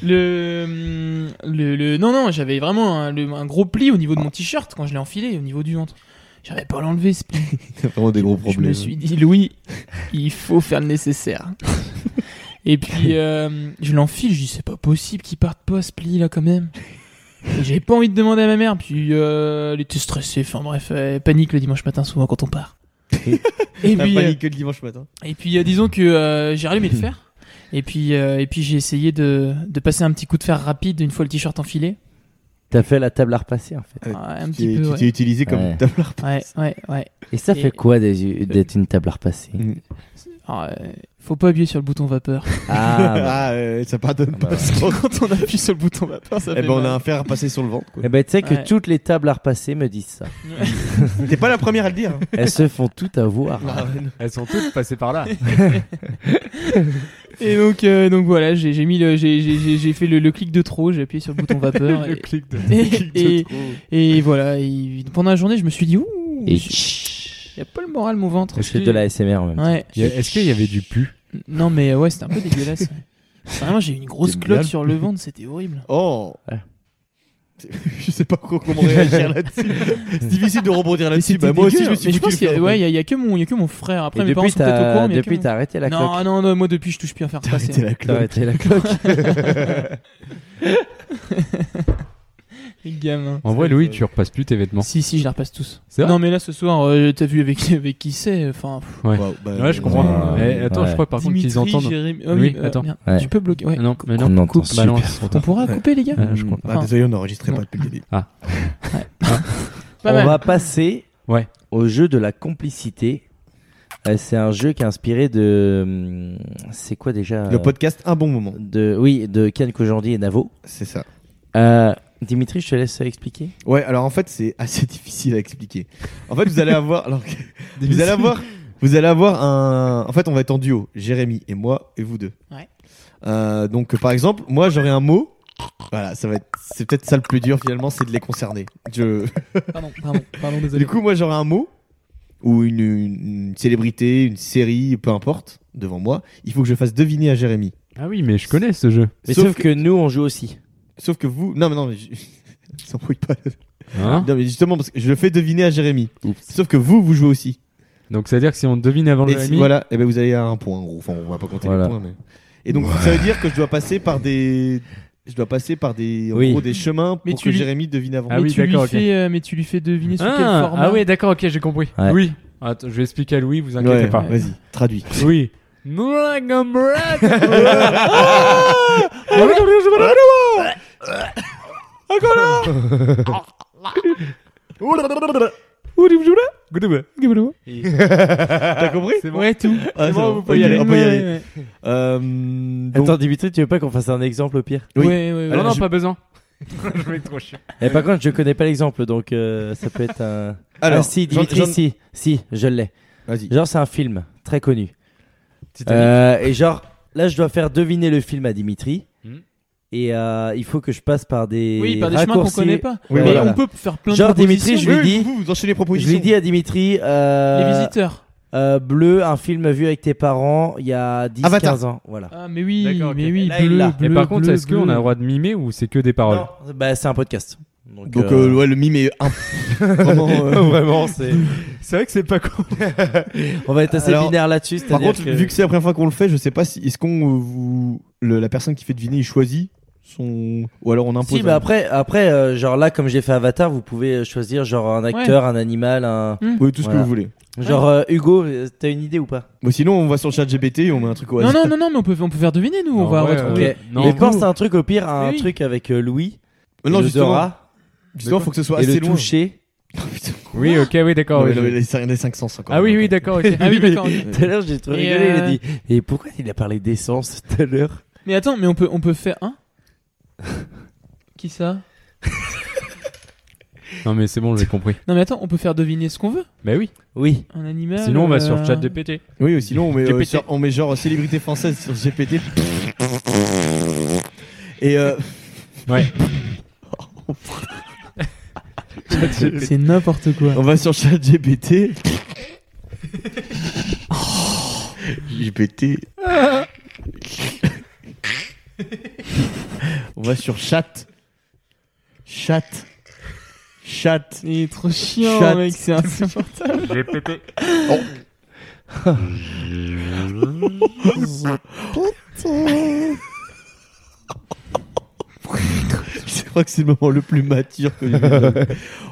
F: le, mm, le, le- non, non, j'avais vraiment un, le- un gros pli au niveau de mon t-shirt quand je l'ai enfilé, au niveau du ventre. J'avais pas à l'enlever ce pli.
C: T'as vraiment des gros
F: Je me
C: problèmes.
F: suis dit, Louis, il faut faire le nécessaire. Et puis, euh, je l'enfile, je dis, c'est pas possible qu'il parte pas ce pli là quand même. Et J'avais pas envie de demander à ma mère, puis euh, elle était stressée, enfin bref, elle panique le dimanche matin souvent quand on [LAUGHS] part. et
C: T'as
F: puis, euh,
C: paniqué le dimanche matin.
F: et puis euh, disons que euh, j'ai rallumé le fer, et puis, euh, et puis j'ai essayé de, de passer un petit coup de fer rapide une fois le t-shirt enfilé.
D: T'as fait la table à repasser, en fait.
C: Ouais,
F: Ouais, un
C: Tu
F: petit
C: t'es
F: peu, ouais.
C: utilisé comme
D: Ouais.
C: table à repas.
F: Ouais, ouais, ouais.
D: Et ça
F: Et- Euh,
D: fait quoi des- d'être une table à
F: [LAUGHS]
D: repasser
F: Alors, euh, faut pas appuyer sur le bouton vapeur.
C: [LAUGHS]
D: Ah, bah.
C: Ah, euh, ça pardonne
D: bah
C: pas. trop.
F: [LAUGHS] Quand on appuie sur le bouton vapeur, ça
C: Eh
F: fait
C: ben, on
F: mal.
C: a un fer à passer sur le ventre. quoi.
D: Eh ben, tu sais que
F: Ouais.
D: toutes les tables à repasser me disent ça.
C: T'es pas la première à le dire. hein.
D: Elles se font toutes avoir.
E: elles sont toutes passées par là
F: Et donc, euh, donc voilà, j'ai j'ai mis le, j'ai- j'ai j'ai- j'ai fait le, le clic de trop, j'ai appuyé sur le bouton
C: [LAUGHS]
F: vapeur.
E: le
F: et,
E: clic de
F: et, et- et voilà, et pendant la journée, je me suis dit, ouh,
D: Et
F: il y a pas le moral mon ventre.
E: Est-ce
D: c'est
E: qu'il-
D: de la SMR en même temps.
F: Ouais.
E: Y a- Est-ce qu'il y avait du pu
F: Non mais ouais, c'était un peu dégueulasse. ouais. Vraiment, j'ai eu une grosse
D: Des
F: cloque
D: blagues.
F: sur le ventre, c'était horrible.
C: Oh
D: Ouais.
C: [LAUGHS] Je sais pas quoi- comment réagir là-dessus. C'est difficile de rebondir
F: Mais
C: là-dessus.
F: c'était
C: Bah, moi aussi, je
F: dégueu.
C: me suis
F: Mais je
C: foutu
F: pense
C: le
F: qu'il y, a-
C: fer.
F: ouais, il y a- il y a que mon, il y a que mon frère. Après,
D: Et
F: mes parents
D: depuis,
F: sont peut-être au
D: t'as
F: courant, mais il y a
D: depuis,
F: que
D: t'as arrêté la
F: mon-
D: cloque.
F: non, non, non, moi depuis, je touche plus un fer
C: T'as arrêté
F: passer.
C: la
D: T'as
C: clope.
D: arrêté la cloque.
F: hein. Les gamins.
E: En vrai, Louis, tu repasses plus tes vêtements.
F: Si, si, je les repasse tous.
E: C'est vrai
F: non, mais là ce soir, euh, t'as vu avec, avec qui c'est Enfin, pff,
C: Wow, bah,
E: Ouais, je comprends.
D: Ouais.
E: Eh, attends,
D: Ouais.
E: je crois par contre
F: Dimitri,
E: qu'ils entendent.
F: Jérémy- Ah oui,
E: Oui,
F: euh,
E: attends.
F: merde.
D: Ouais.
F: Tu peux bloquer. ouais.
E: Ah non, mais
D: On
E: non,
D: entend
E: coupe, bah non,
D: super
E: c'est trop
F: On
E: tard.
F: pourra couper, les gars
E: Ouais, je comprends.
C: Ah, désolé, on n'enregistrait
F: Non.
C: pas depuis le début.
F: Pas
D: on
F: mal.
D: va passer
E: Ouais.
D: au jeu de la complicité. Euh, c'est un jeu qui est inspiré de. hum, C'est quoi déjà euh,
C: Le podcast, un bon moment.
D: de, Oui, de Ken Kojandi et Navo.
C: C'est ça.
D: Euh, Dimitri, je te laisse expliquer.
C: Ouais, alors en fait, c'est [LAUGHS] assez difficile à expliquer. En fait, vous allez avoir. alors,
D: [LAUGHS]
C: vous allez avoir. Vous allez avoir un. En fait, on va être en duo. Jérémy et moi et vous deux.
F: Ouais.
C: Euh, donc, par exemple, moi, j'aurai un mot. Voilà, ça va être. C'est peut-être ça le plus dur finalement, c'est de les concerner. Je.
F: Pardon, pardon,
E: [LAUGHS]
F: pardon, désolé.
C: Du coup, moi, j'aurai un mot ou une, une- une célébrité, une série, peu importe, devant moi. Il faut que je fasse deviner à Jérémy.
E: Ah oui, mais je connais ce jeu.
D: Mais
C: sauf,
D: sauf, que... nous, on joue aussi.
C: que... sauf que vous. Non, mais non, mais. Je... [LAUGHS] ils s'embrouillent pas.
E: Hein
C: non, mais justement, parce que je le fais deviner à Jérémy.
D: Oups.
C: Sauf que vous, vous jouez aussi.
E: Donc c'est-à-dire que si on devine avant
C: Et
E: le
C: si-
E: ami,
C: voilà, et ben vous allez à un point en gros. Enfin, on va pas compter
D: Voilà.
C: les points, mais. Et donc ça veut dire que je dois passer par des, je dois passer par des, en
D: Oui.
C: gros, des chemins pour
F: Mais
C: que
F: tu lis-
C: Jérémy devine avant.
E: Ah
F: mais,
E: oui,
F: tu lui
E: d'accord, ok.
F: fais, euh, mais tu lui fais deviner sous quel
E: ah,
F: format.
E: ah oui, d'accord, ok, j'ai compris.
D: Ouais.
E: Oui. Attends, je vais expliquer à Louis, vous inquiétez
C: Ouais,
E: pas.
C: Vas-y, Ah, traduis.
F: Ah,
E: Oui. [LAUGHS]
C: T'as compris
E: C'est bon.
F: Ouais, tout.
C: Ah,
E: c'est
C: c'est
E: bon,
C: bon,
E: vous
C: on
E: pouvez y
C: peut
E: aller.
C: on peut y
F: Ouais,
C: aller.
F: ouais.
C: Euh, donc-
D: Attends, Dimitri, tu veux pas qu'on fasse un exemple au pire
C: Oui.
F: Ouais, ouais, ouais.
E: Non, non,
C: je-
E: pas besoin. je vais être trop chiant.
D: Et Eh, par contre, je connais pas l'exemple, donc euh, ça peut être un.
C: [LAUGHS] alors,
D: ah, si,
C: j'en-
D: Dimitri,
C: j'en-
D: si, si, je l'ai.
C: Vas-y.
D: Genre, c'est un film très connu.
E: Titanic.
D: Euh, et genre, là, je dois faire deviner le film à Dimitri.
E: Hmm.
D: Et euh, il faut que je passe par des.
F: Oui, par des chemins qu'on
D: raccourcis.
F: connaît pas.
C: Oui,
F: mais
D: voilà.
F: on peut faire plein
D: Genre,
F: de propositions.
D: Dimitri, je lui
C: Oui,
D: dis-
C: Vous, vous enchaînez les
D: Je
C: propositions.
D: l'ai dit à Dimitri. euh,
F: Les visiteurs.
D: euh, bleu, un film vu avec tes parents il y a 10,
C: Avatar.
D: 15 ans. Voilà.
F: Ah, mais oui,
E: D'accord, ok.
F: mais oui,
D: Là, il
F: bleu,
D: l'a.
E: Et
F: bleu,
E: par contre,
F: bleu,
E: est-ce qu'on a
F: bleu.
E: le droit de mimer ou c'est que des paroles
D: Non, bah, c'est un podcast. Donc,
C: Oh Donc
D: euh,
C: euh, ouais, le mime est un. Vraiment,
E: [LAUGHS]
C: euh,
D: Vraiment, c'est.
E: C'est vrai que c'est pas con.
D: [LAUGHS] On va être assez
C: Alors,
D: binaire là-dessus.
C: Par
D: c'est-à-dire
C: contre, vu que c'est la première fois qu'on le fait, je sais pas si est-ce qu'on euh, vous le- la personne qui fait deviner, il choisit son ou alors on impose.
D: Si, bah
C: un-
D: après, après, euh, genre là, comme j'ai fait Avatar, vous pouvez euh, choisir genre un acteur, un animal, un.
C: Oui, tout ce
D: Voilà.
C: que vous voulez.
D: Genre euh, Hugo, euh, t'as une idée ou pas
C: Bon, sinon, on va sur le chat GPT et on met un truc au
F: Non,
C: hasard.
F: non, non, non, mais on peut, on peut faire deviner, nous. on va retrouver.
D: ouais.
E: Non,
D: Mais pense à un truc au pire, à un
F: Euh, Oui, oui.
D: truc avec euh, Louis,
C: Mais non,
D: le
C: justement,
D: Dora,
C: justement, faut que ce soit
D: et
C: assez
D: le
C: loin. Ah
D: toucher.
C: [LAUGHS] Putain.
E: Oui, [LAUGHS] ok, oui, d'accord.
C: Non, mais
E: oui,
C: non,
E: je-
C: mais les cinq- les 500
E: Ah oui, oui, d'accord. ok.
F: Ah
D: [LAUGHS]
F: oui, d'accord.
E: [LAUGHS]
F: ok.
D: Tout à l'heure, j'ai trop
F: Et
D: rigolé. Il a
F: euh,
D: dit. Et pourquoi il a parlé d'essence tout à l'heure
F: Mais attends, mais on peut, on peut faire un Qui ça
E: Non, mais c'est bon, j'ai compris.
F: Non, mais attends, on peut faire deviner ce qu'on veut
E: Bah oui.
D: Oui.
F: Un animal
E: Sinon, on va
F: euh,
E: sur ChatGPT.
C: Oui, ou sinon, on met, euh,
E: GPT.
C: sur- on met genre célébrité française sur GPT. et [LAUGHS] euh,
E: Ouais.
F: C'est n'importe quoi.
C: on va sur chat GPT. Oh. GPT. on va sur chat. Chat. Chat.
F: Il est trop chiant,
C: Chat.
F: mec, [LAUGHS] c'est insupportable.
C: [LAUGHS] Je crois que c'est le moment le plus mature que j'ai
E: [LAUGHS]
C: vu.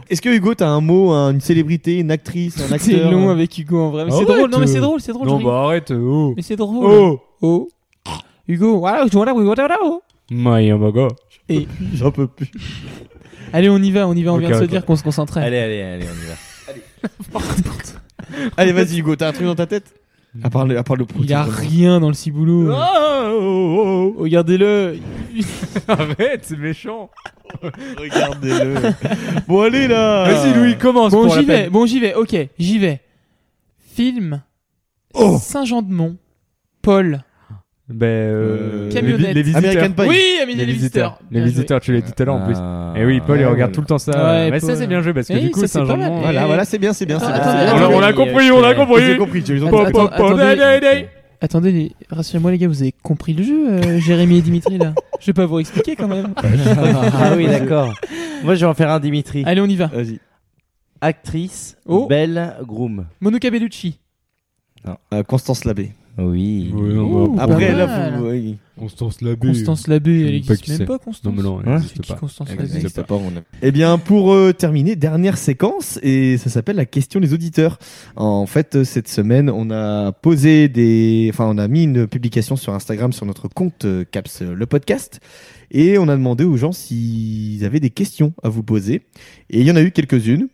C: Est-ce que Hugo, t'as un mot, un- une célébrité, une actrice,
E: [LAUGHS]
C: un acteur
F: C'est long
C: un-
F: avec Hugo en vrai. Mais
E: Ah
F: c'est
E: ouais,
F: drôle, non, mais
E: t'es-
F: c'est drôle, c'est drôle. je
E: Non,
F: rigole.
E: bah arrête. Oh.
F: Mais c'est drôle.
E: Oh.
F: Oh. Hugo, voilà, je voilà, oui, voilà, voilà, oh.
E: My oh my god.
C: J'en peux plus.
F: Allez, on y va, on y va, on
E: Ok,
F: vient de se
E: ok.
F: dire qu'on se concentrait.
D: Allez, allez, allez, on y va.
C: Allez, vas-y Hugo, t'as un truc dans ta tête à part, le, à part le
F: Il a
C: prototype.
F: rien dans le
E: Oh,
F: ciboulot. Regardez-le.
E: Arrête, c'est méchant.
C: Regardez-le. bon, allez là
E: Vas-y, Louis, commence.
F: Bon,
E: pour la
F: j'y vais,
E: peine.
F: bon, j'y vais, ok, j'y vais. Film
E: Oh.
F: Saint-Jean-de-Mont, Paul.
E: Ben, euh, les,
F: Camionnette.
E: les visiteurs.
C: American Pie.
F: Oui, Amélie
E: Les visiteurs. Les
F: Bien joué.
E: visiteurs, tu l'as dit tout à l'heure en plus.
D: Ah,
C: Eh
E: Et oui, Paul, il
D: ouais.
E: regarde tout le temps ça.
F: Ouais,
E: mais ça,
F: Paul.
E: c'est bien joué parce que
F: Eh,
E: du coup,
F: ça, c'est pas
E: Saint-Germain.
F: mal. Ah,
C: Voilà, voilà, c'est bien, c'est bien. c'est
F: Attends,
C: bien.
F: attendez,
C: C'est
E: Ah, On l'a-
C: bien.
E: on l'a
D: attendez,
E: compris,
D: je
E: on l'a
D: connais.
C: J'ai
E: compris.
C: compris, j'ai eu
F: Attends,
E: Pop,
C: compris.
E: pop, pop,
F: attendez.
E: day, day, day.
F: Attendez, les- rassurez-moi les gars, vous avez compris le jeu, euh, Jérémy et Dimitri
E: [LAUGHS]
F: là. Je vais pas vous expliquer quand même.
D: [LAUGHS] Ah oui, d'accord. Moi, je vais en faire un Dimitri.
F: Allez, on y va.
C: Vas-y.
D: Actrice,
F: Oh.
D: Belle Groom.
F: Monica Bellucci.
C: Euh, Constance Labbé.
D: Oui.
E: Ouais,
F: Ouh,
E: on va-
F: Pas
C: Après,
F: mal.
C: là, vous. oui.
E: Constance Labbé.
F: Constance Labbé, elle
E: Je sais pas
F: existe
E: qui
F: même
E: c'est.
F: pas, Constance. Ah,
E: Non, mais non, elle
D: Hein
F: C'est
E: n'existe
F: qui
E: pas.
F: Constance
E: Elle
F: Labbé
E: existe pas.
C: Eh bien, pour euh, terminer, dernière séquence, et ça s'appelle la question des auditeurs. En fait, euh, cette semaine, on a posé des, enfin, on a mis une publication sur Instagram sur notre compte euh, Caps euh, le podcast, et on a demandé aux gens s'ils avaient des questions à vous poser, et il y en a eu quelques-unes.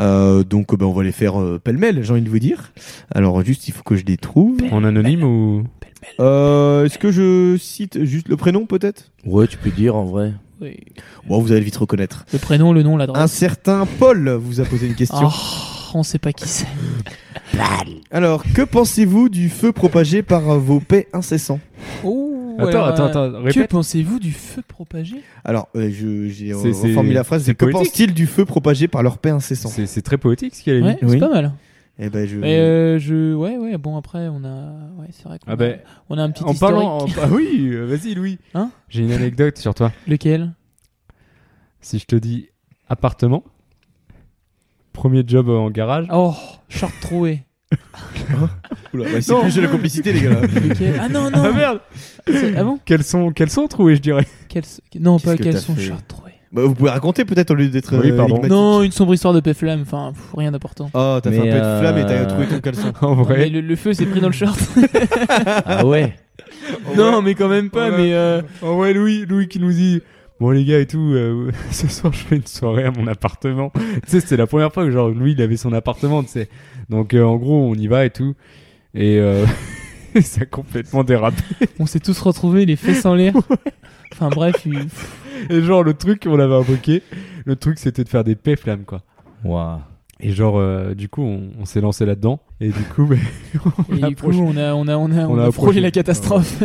C: Euh, donc, euh, ben, on va les faire euh, pêle-mêle, j'ai envie de vous dire. Alors, juste, il faut que je les trouve.
E: En anonyme ou
C: Euh, Est-ce que je cite juste le prénom, peut-être
D: Ouais, tu peux dire en vrai.
F: Oui.
C: Bon, vous allez vite reconnaître.
F: Le prénom, le nom, l'adresse.
C: Un certain Paul vous a posé une question.
E: Ah.
F: Oh, on sait pas qui c'est.
C: Alors, que pensez-vous du feu propagé par euh, vos paix incessants
F: Oh,
E: Attends,
F: alors,
E: attends,
F: euh,
E: attends,
F: Que
E: répète.
F: pensez-vous du feu propagé
C: Alors, euh, je- j'ai
E: C'est- c'est-
C: reformulé la phrase.
E: c'est
C: c'est Que
E: poétique.
C: pensent-ils du feu propagé par leur paix incessant
E: C'est c'est très poétique ce qu'elle a
F: Ouais,
E: dit.
F: c'est
C: Oui.
F: pas mal.
C: Eh ben, je.
F: Et euh, je, ouais, ouais. Bon après, on a, ouais, c'est vrai. qu'on
E: Ah ben,
F: a- on a un petit
E: en
F: historique.
E: parlant. en- Ah oui, euh, vas-y, Louis.
F: Hein
E: J'ai une anecdote sur toi.
F: [LAUGHS] Lequel
E: Si je te dis appartement, premier job en garage,
F: Oh, short troué.
C: Oula, bah, c'est plus de la complicité, les
E: [LAUGHS]
C: gars. là.
F: Ok. Ah non, non.
E: Ah merde
F: C'est- Ah bon
E: Quels sont, quels sont troués, je dirais
F: Quels- Non, pas
B: Qu'est-ce que
F: quels
B: t'as
F: sont
B: fait
F: short troués.
C: Bah, vous pouvez raconter peut-être au lieu d'être.
E: Oui,
C: euh,
E: pardon.
C: énigmatique.
F: Non, une sombre histoire de Peflam, enfin, pff, rien d'important.
C: Ah, t'as fait un
D: Mais,
C: peu de
D: euh,
C: flamme et t'as trouvé ton
E: [LAUGHS]
C: caleçon.
F: Non,
E: En
F: mais
E: vrai.
F: le, le feu s'est pris
E: [LAUGHS]
F: dans le short.
D: Ah ouais
F: non, mais quand même pas,
E: Oh Ouais.
F: mais. euh,
E: En vrai, Louis, Louis qui nous dit Bon, les gars, et tout, euh, [LAUGHS] ce soir, je fais une soirée à mon appartement. [LAUGHS] tu sais, c'était la première fois que, genre, Louis, il avait son appartement, tu sais. Donc, euh, en gros, on y va et tout. Et euh, [LAUGHS] ça a complètement dérapé.
F: On s'est tous retrouvés les fesses en l'air. Enfin bref, il-
E: Et genre, le truc, on l'avait invoqué. Le truc, c'était de faire des péflammes, quoi.
D: Waouh.
E: Et genre, euh, du coup, on, on s'est lancé là-dedans. Et du coup, ben, on
F: et du coup,
E: approche.
F: on a, on a, on a, on
E: On a
F: a frôlé
E: approché.
F: la catastrophe.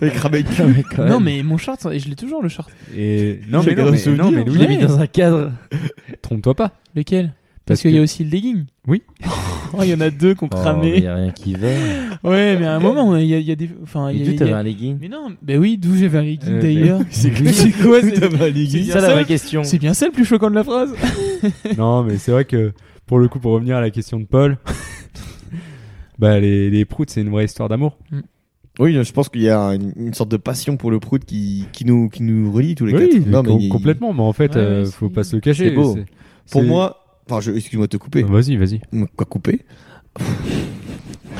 C: Fait cramer le cul.
D: [LAUGHS] Non, mais quand même.
F: [LAUGHS] non, mais mon short, et je l'ai toujours le short.
E: Et non,
C: J'ai
E: mais, non,
C: grave
E: mais,
C: souvenir.
E: non, mais
D: Je
E: Louis,
D: l'ai mis dans un cadre.
E: trompe-toi pas.
F: Lequel
E: Parce
F: Parce qu'il y
E: que-
F: a aussi le legging.
E: Oui.
F: [LAUGHS] Oh, Il y en a deux qui ont
D: Il n'y
F: cramé.
D: a rien qui va.
F: ouais, mais à un moment, il y a, il y a des. Enfin,
D: Et
F: il y a-
D: d'où
F: il y
D: t'avais
F: a-
D: un legging
F: Mais non, bah oui, d'où j'avais un legging
E: Euh,
F: d'ailleurs. [LAUGHS]
C: C'est
F: C'est quoi c'est-
C: T'as mal aiguillé.
D: C'est
F: c'est bien
D: ça la
F: ça.
D: vraie question.
F: C'est bien ça le plus choquant de la phrase.
E: Non, mais c'est vrai que pour le coup, pour revenir à la question de Paul, [LAUGHS] bah les, les proutes, c'est une vraie histoire d'amour.
C: Oui, je pense qu'il y a une, une sorte de passion pour le prout qui, qui, nous, qui nous relie tous les
E: Oui,
C: quatre. Non, mais
E: com-
C: il-
E: complètement. Mais en fait,
F: Ouais,
E: euh,
F: ouais,
E: faut
F: c'est-
E: pas se le cacher.
D: c'est beau.
C: Pour
E: c'est-
C: moi, enfin, je- excuse-moi de te couper.
E: Vas-y, vas-y.
C: Quoi couper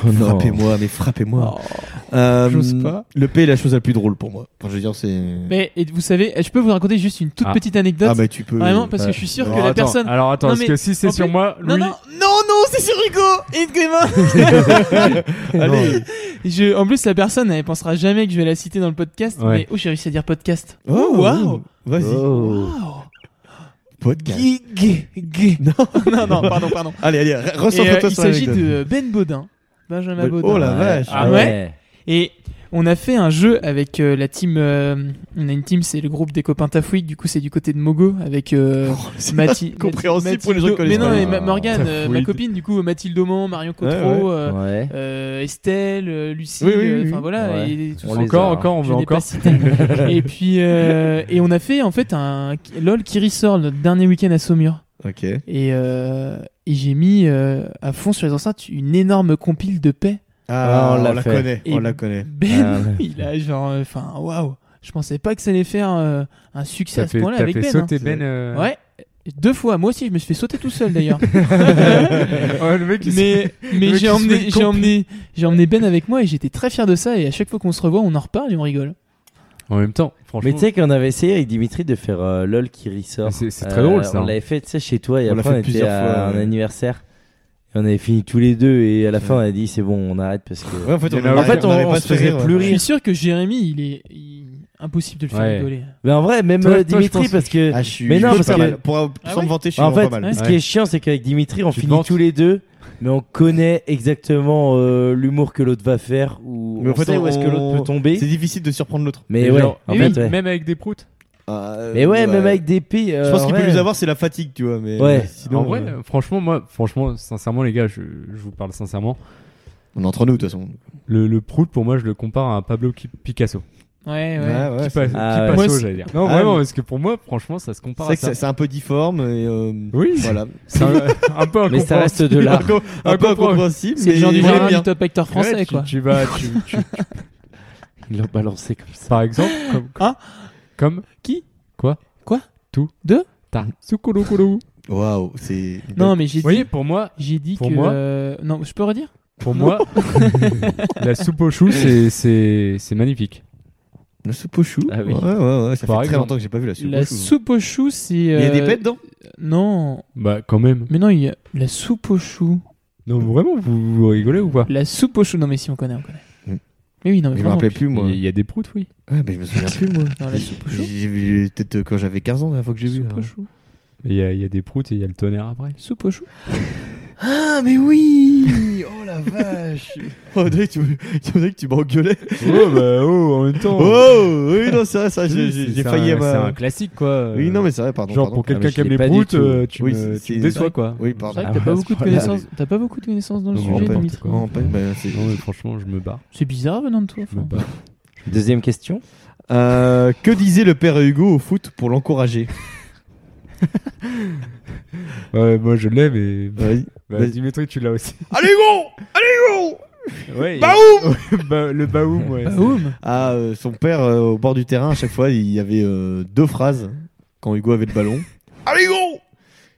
D: Oh non.
C: Frappez-moi, mais frappez-moi.
F: Oh.
C: Euh,
F: j'ose pas.
C: Le P est la chose la plus drôle pour moi. Enfin, je veux dire, c'est.
F: Mais et vous savez, je peux vous raconter juste une toute
E: Ah.
F: petite anecdote.
C: Ah, mais tu peux.
F: Vraiment, parce que
D: Ouais.
F: je suis sûr que
E: Alors,
F: la
E: attends,
F: personne.
E: Alors attends,
F: Non,
E: parce
F: mais
E: que si c'est
F: en
E: sur
F: plus-
E: moi,
F: Non,
E: Louis-
F: non, non, non, c'est sur Hugo et Grémin.
C: Allez
F: Je- en plus, la personne, elle pensera jamais que je vais la citer dans le podcast.
E: Ouais.
F: Mais oh, j'ai réussi à dire podcast.
C: Oh,
F: waouh.
C: Vas-y.
D: Oh.
F: Wow.
C: Podcast.
F: Gui- gui- gui.
C: Non.
F: non, [LAUGHS] non, pardon, pardon.
C: Allez, allez, re-
F: Et, euh,
C: recentre-toi
F: il
C: sur
F: s'agit
C: l'anecdote.
F: de Ben Baudin, Benjamin
C: Ben-
F: Baudin.
C: Oh la vache.
F: Ah Et on a fait un jeu avec euh, la team. euh, on a une team, c'est le groupe des copains Tafouik. Du coup, c'est du côté de Mogo avec. euh,
C: Oh, c'est
F: Mathi-
C: compréhensible
F: Mathilde-
C: pour les gens qui
F: Mais
C: connaissent
F: non,
D: pas.
F: mais Ma- Morgane,
E: Ah,
F: euh,
E: oui.
F: ma copine, du coup, Mathilde Auman, Marion Cotreau,
C: Ouais, ouais.
F: euh,
D: Ouais.
F: euh, Estelle, euh, Lucie,
C: Oui, oui, oui,
F: euh, enfin
C: oui.
F: voilà,
D: Ouais.
F: et, tout
D: On
F: ça.
D: les
E: encore,
D: a.
E: encore, on
F: Je
E: veut
F: n'ai pas
E: encore.
F: cité. [LAUGHS] et puis, euh, et on a fait en fait un LOL qui ressort notre dernier week-end à Saumur.
C: Ok.
F: Et, euh, et j'ai mis euh, à fond sur les enceintes une énorme compile de paix.
D: Ah, on
C: on,
D: l'a
C: la
D: fait.
C: connaît.
F: Et-
C: On la connaît.
F: Ben,
D: Ah ouais.
F: il a genre, euh, enfin, waouh, je pensais pas que ça allait faire euh, un succès
E: T'as
F: à ce
E: fait,
F: point-là
E: t'as
F: avec
E: fait
F: Ben. hein.
E: sauter Ben. euh, [LAUGHS]
F: Ouais, deux fois. Moi aussi, je me suis fait sauter tout seul d'ailleurs.
E: ouais, Oh, le mec, il s'est-
F: mais mais
E: mec, il
F: j'ai
E: se fait
F: emmené,
E: le
F: j'ai
E: compli-
F: emmené, j'ai emmené Ben avec moi et j'étais très fier de ça. Et à chaque fois qu'on se revoit, on en reparle et on rigole.
E: En même temps, franchement.
D: Mais tu sais qu'on avait essayé avec Dimitri de faire euh, LOL qui ressort. Euh,
E: C'est- c'est très drôle, ça,
D: On
E: hein.
D: l'avait fait tu sais, chez toi et
C: On l'a
D: après on
C: fait
D: était
C: plusieurs
D: à
C: fois,
D: un
C: ouais.
D: anniversaire. Et on avait fini tous les deux et à la fin on a dit c'est bon on arrête parce que.
C: Ouais, en fait,
E: Il y
C: on,
E: en a- en
C: n'arrivait-
E: fait,
D: on-
C: n'arrivait
D: on
C: pas à
D: se faisait
C: rire.
D: plus
F: Je
D: rire.
F: suis sûr que Jérémy, il est il- impossible de le faire
E: Ouais.
F: rigoler.
D: Mais en vrai même
E: Toi-
D: euh,
E: toi, je
D: Dimitri
E: pense-
D: parce que.
C: Ah, je suis-
D: Mais non,
C: je suis
D: parce
C: pas
D: que-
C: mal. Pour,
F: Ah
C: sans
F: ouais
C: me vanter, je suis
D: En
C: vraiment
D: fait,
C: pas mal.
D: ce qui est chiant, c'est qu'avec Dimitri, on
E: Tu te
D: finit
E: vantes.
D: tous les deux, mais on connaît exactement euh, l'humour que l'autre va faire ou
C: Mais en
D: on
C: fait,
D: sait où est-ce que
C: on-
D: l'autre peut
C: C'est
D: tomber.
C: difficile de surprendre l'autre.
D: Mais
E: Et
D: ouais,
E: genre,
D: en
E: et
D: fait,
E: oui,
D: ouais.
E: Même avec des proutes.
C: Euh,
D: Mais ouais, même avec des pays.
C: Je pense qu'il peut nous avoir, c'est la fatigue, tu vois. Mais
D: Ouais.
C: sinon,
E: en vrai,
C: euh,
E: franchement, moi, franchement, sincèrement, les gars, je, je vous parle sincèrement.
C: on est entre nous, de toute façon.
E: Le, le prout, pour moi, je le compare à un Pablo Ki- Picasso.
F: Ouais, ouais.
C: Ouais, ouais,
E: Qui passe-
C: c'est-
E: qui
D: Ah ouais.
E: passe
F: Moi,
E: au,
F: c'est-
E: j'allais dire. Non,
C: Ah,
E: vraiment,
C: mais-
E: parce que pour moi, franchement, ça se
C: c'est
E: compare
C: vrai
E: à
C: que
E: ça.
C: c'est- c'est un peu difforme. Et, euh,
E: [LAUGHS] Oui.
C: Voilà.
E: C'est un, un peu
D: Mais ça reste de
E: incompréhensible. [LAUGHS]
D: l'art.
C: Un peu- un peu incompréhensible.
F: C'est le genre
C: mais
F: du
C: on l'aime
F: Gérard
C: bien.
F: du top acteur français,
E: Ouais, tu-
F: quoi.
E: Tu vas, tu, tu-
D: Ils l'ont balancé comme ça.
E: par exemple, comme,
F: Ah.
E: comme
F: Qui
E: quoi,
F: Quoi
E: tout,
F: Deux
E: ta, Tsukuru-kuru.
C: Waouh, c'est.
F: Non, mais j'ai
E: Vous voyez,
F: dit,
E: pour moi,
F: j'ai dit
E: pour
F: que.
E: moi-
F: euh, Non, je peux redire
E: pour moi, [LAUGHS] la soupe aux choux, c'est, c'est, c'est magnifique.
C: Le soupe au chou.
D: Ah oui.
C: Ouais, ouais, ouais. Ça
E: Par
C: fait très
E: exemple.
C: longtemps que j'ai pas vu la soupe
F: La
C: au chou. hein.
F: soupe aux choux, c'est.
C: Il y a des
F: euh,
C: pets dedans
F: Non,
E: Bah, quand même.
F: mais non, il y a la soupe aux choux.
E: Non, mais vraiment, vous, vous rigolez ou pas
F: La soupe aux choux. Non, mais si on connaît, on connaît.
C: Mm.
F: Mais oui, non, mais
C: Je me
F: vraiment.
C: rappelais plus, moi.
E: Il y a- il y a des proutes, oui.
C: Ah, mais je me souviens plus, moi.
F: Dans [LAUGHS] la soupe au chou.
C: J'ai vu peut-être euh, quand j'avais 15 ans la fois que j'ai vu.
F: Soupe
C: hein.
F: aux choux.
E: Il y a, il y a des proutes et il y a le tonnerre après.
F: Soupe aux choux.
C: Ah, mais oui [LAUGHS] Oh la [LAUGHS] vache On dirait que Oh, tu me- on dirait que tu m'engueulais.
E: Oh, bah, oh, en même temps.
C: Oh Oui, non, c'est vrai, ça, j'ai- j'ai j'ai
E: C'est
C: failli
E: un-
C: à ma.
E: C'est un classique, quoi.
C: Oui, non, mais c'est vrai, pardon.
E: Genre,
C: pardon.
E: pour
D: Ah, mais
E: quelqu'un
D: je
E: qui aime
D: l'ai
E: les
D: pas du
E: proutes,
D: tout.
E: euh, tu
C: Oui,
E: me
C: c'est-
E: tu me
C: c'est-
E: déçois, quoi.
C: Oui,
F: C'est
C: pardon.
F: vrai
D: Ah
F: que t'as
D: ouais,
F: pas
D: à ce
F: beaucoup de
D: point-là,
F: connaissances. T'as pas beaucoup de connaissances dans le
E: Non, mais
C: on
F: sujet,
C: peut-
F: limite.
E: quoi.
C: Non, pas- bah, c'est-
E: Non, mais franchement, je me barre.
F: C'est bizarre venant de toi.
E: Je me
F: enfin.
E: barre.
D: [LAUGHS] Deuxième question.
C: Euh, que disait le père Hugo au foot pour l'encourager
E: Ouais, moi je l'ai, mais.
C: Vas-y.
E: Bah,
C: Vas-y.
E: Dimitri, tu l'as aussi.
B: Allez, go Allez, go
E: Ouais.
A: Bah,
B: Baoum
E: Ba- Le Baoum, ouais. c'est-
F: Baoum
C: Ah, euh, son père, euh, au bord du terrain, à chaque fois, il y avait euh, deux phrases quand Hugo avait le ballon.
B: Allez, go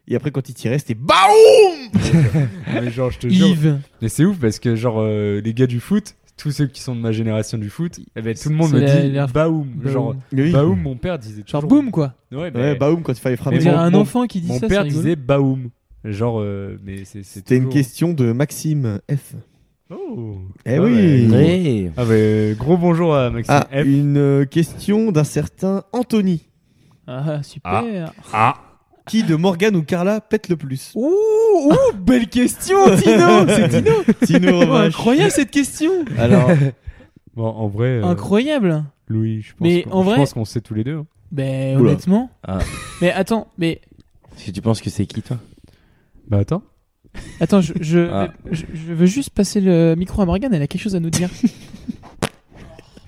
C: Et après, quand il tirait, c'était bah
B: Baoum
E: Mais genre, je te jure.
F: Yves.
E: Mais c'est ouf parce que, genre, euh, les gars du foot, tous ceux qui sont de ma génération du foot, eh ben, tout le monde
F: C'est
E: me
F: la-
E: dit
F: la-
E: Baoum. Genre,
F: Baoum.
C: Oui.
E: Baoum, mon père disait
F: Genre
E: toujours-
F: boum quoi.
E: Ouais, mais
C: Ouais, Baoum bah quand il fallait
F: On
E: Mais
C: frapper.
F: dirait
E: mon-
F: un
E: mon-
F: enfant qui dit
E: Mon
F: ça. c'est
E: père
F: rigolo.
E: disait Baoum. Genre, euh, mais c'est- c'est
C: C'était une
E: toujours-
C: question de Maxime F.
E: Oh.
C: Eh
E: Ah
C: oui.
E: ouais.
D: Oui.
E: Ah, mais gros bonjour à Maxime
C: Ah,
E: F.
C: une euh, question d'un certain Anthony.
F: Ah super.
E: Ah,
C: Qui de Morgan ou Carla pète le plus
F: Ouh, ouh, belle question Tino C'est Tino
C: Tino
F: Oh,
C: Romache.
F: Incroyable cette question
C: Alors,
E: bon, en vrai, euh,
F: Incroyable
E: Louis, je pense
F: Mais
E: qu'on-
F: en
E: je
F: vrai-
E: pense qu'on sait tous les deux. hein.
F: Ben
C: Oula.
F: honnêtement.
D: Ah.
F: Mais attends, mais
D: Parce que tu penses que c'est qui, toi
E: Bah attends.
F: attends, je, je,
D: Ah.
F: je, je veux juste passer le micro à Morgane, elle a quelque chose à nous dire.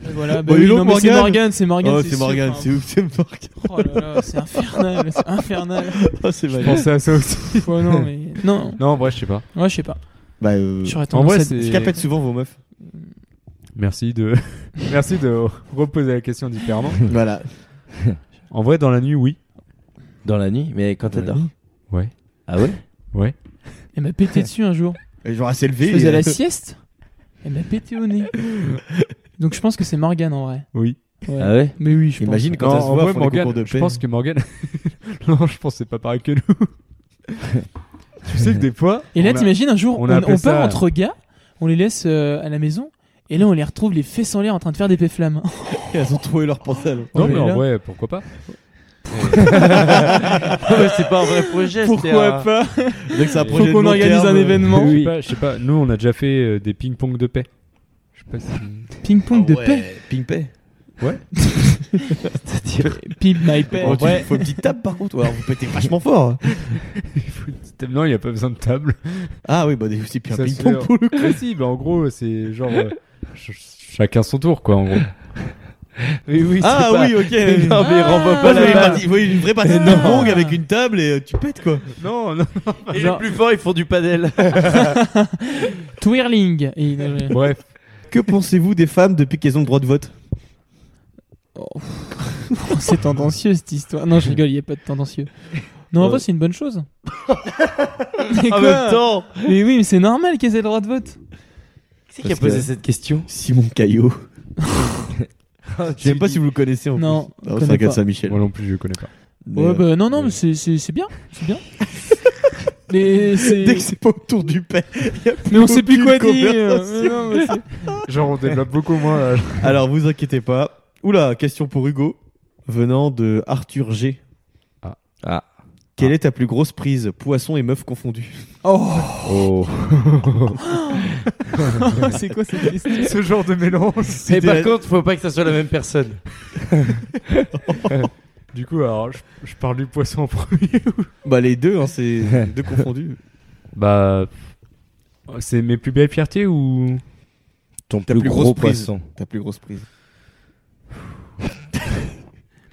F: Et voilà, bah
C: Bon,
F: oui,
C: dis donc,
F: non, mais c'est
C: Morgane.
F: Morgane, c'est Morgane.
C: oh, c'est
F: sûr,
E: hein.
C: Morgan,
F: enfin,
C: c'est ouf, c'est Morgan.
F: Oh là là, c'est infernal, c'est infernal.
C: Oh, c'est
E: Je
C: malade.
E: pensais à ça aussi.
F: Ouais, non, mais. Non,
E: Non, en vrai, je sais pas.
F: ouais, je sais pas.
C: Bah, euh,
F: J'aurais
E: En
F: tendance
E: vrai,
F: à-
E: c'est.
C: ce qu'elles pètent souvent vos
E: [LAUGHS]
C: meufs.
E: Merci de. [LAUGHS] Merci de reposer la question différemment.
C: voilà.
E: En vrai, dans la nuit, oui.
D: Dans la nuit Mais quand
E: Dans la
D: t'adores
E: nuit. Ouais.
D: Ah ouais
F: Elle m'a pété dessus un jour.
C: Et euh, genre, à s'élever.
F: Je faisais la sieste, elle m'a pété au nez. Donc je pense que c'est Morgane en vrai.
E: Oui.
F: Ouais.
D: Ah ouais
F: Mais oui, je pense.
C: Imagine quand
E: Non,
C: elles se
E: en
C: voient,
E: vrai,
C: font des concours
E: Morgane, [LAUGHS]
C: de
E: je
C: paix.
E: pense que Morgan. non, je pense que c'est pas pareil que nous. tu sais que des fois.
F: Et là,
E: on a-
F: t'imagines un jour,
E: on
F: on,
E: a appelé
F: on part
E: ça-
F: entre gars, on les laisse euh, à la maison, et là, on les retrouve les fesses en l'air en train de faire des
C: [LAUGHS]
F: péflammes.
C: Elles ont trouvé leur pantalon.
E: Non,
F: on
E: mais
F: est
E: en
F: là.
E: vrai, pourquoi pas
D: C'est pas un vrai projet,
F: Pourquoi pas
C: [LAUGHS] Dès que c'est un
F: Faut
E: Faut
C: projet de
F: qu'on
C: long
F: organise
C: terme,
F: un
C: euh,
F: événement.
E: Je sais pas, je sais pas. Nous, on a déjà fait euh, des ping-pong de paix. Je sais pas si.
F: Ping-pong
C: Ah
F: de paix.
C: Ping paix.
F: Pimp my paix.
C: Oh, tu- Faut une petite table par contre, ou alors vous pétez [LAUGHS] vachement fort. hein.
E: Il faut une petite table. Non, il n'y a pas besoin de table.
C: Ah oui, bah c'est puis un
E: Ça se
C: ping-pong [LAUGHS]
E: fait-
C: pour le
E: Ah si, bah en gros, c'est genre. euh, [LAUGHS] ch- chacun son tour, quoi, en [LAUGHS] gros.
D: Oui, oui,
C: Ah oui, [LAUGHS] ok.
D: Non, mais renvoie
C: Moi, je voyais
D: pas la
C: une
D: balle.
C: partie- vous voyez une vraie partie de ping-pong avec une table et euh, tu pètes quoi.
E: Non, non.
D: Et
F: Genre-
D: les plus forts, ils font du padel.
F: Twirling.
C: [LAUGHS]
F: Et- euh,
E: Bref.
C: Que pensez-vous des femmes depuis qu'elles ont le droit de vote
F: Oh, c'est tendancieux cette histoire. Non, je rigole, il n'y a pas de tendancieux. Non, en vrai, c'est une
C: [LAUGHS]
F: bonne chose. mais
D: En
F: quoi
D: même temps,
F: Mais oui, mais c'est normal qu'elles aient le droit de vote.
D: qui a posé cette question
C: Simon Caillot. Je sais
D: Ah, Tu
C: pas
D: dis-
C: si vous le connaissez en
F: Non,
C: plus.
F: je
C: Ah,
F: connais
C: c'est un gars de
F: pas.
C: Saint-Michel.
E: Moi non plus, je connais pas.
C: Mais,
F: Ouais,
C: euh,
F: bah non, non,
E: ouais.
F: mais c'est- c'est c'est bien. C'est bien. Mais c'est.
C: Dès que c'est pas autour du paix.
F: Mais on sait plus quoi
C: aucune
F: dire.
C: conversation.
F: Mais non, mais c'est-
E: Genre, on développe beaucoup moins. euh, là.
C: Alors vous inquiétez pas. Oula, question pour Hugo, venant de Arthur G.
E: Ah.
D: Ah.
C: Quelle est ta plus grosse prise, poisson et meuf confondus
F: Oh,
D: Oh.
F: [LAUGHS] c'est quoi cette question
E: Ce genre de mélange.
D: Mais
C: C'était
D: par
C: la-
D: contre, faut pas que ça soit la même personne.
E: Du coup, alors, je, je parle du poisson en premier.
C: Bah les deux, hein, c'est les deux confondus.
E: [LAUGHS] Bah. C'est mes plus belles fiertés ou.
D: Ton
C: Ta
D: plus,
C: plus grosse
D: gros
C: prise.
D: poisson.
C: Ta plus grosse prise.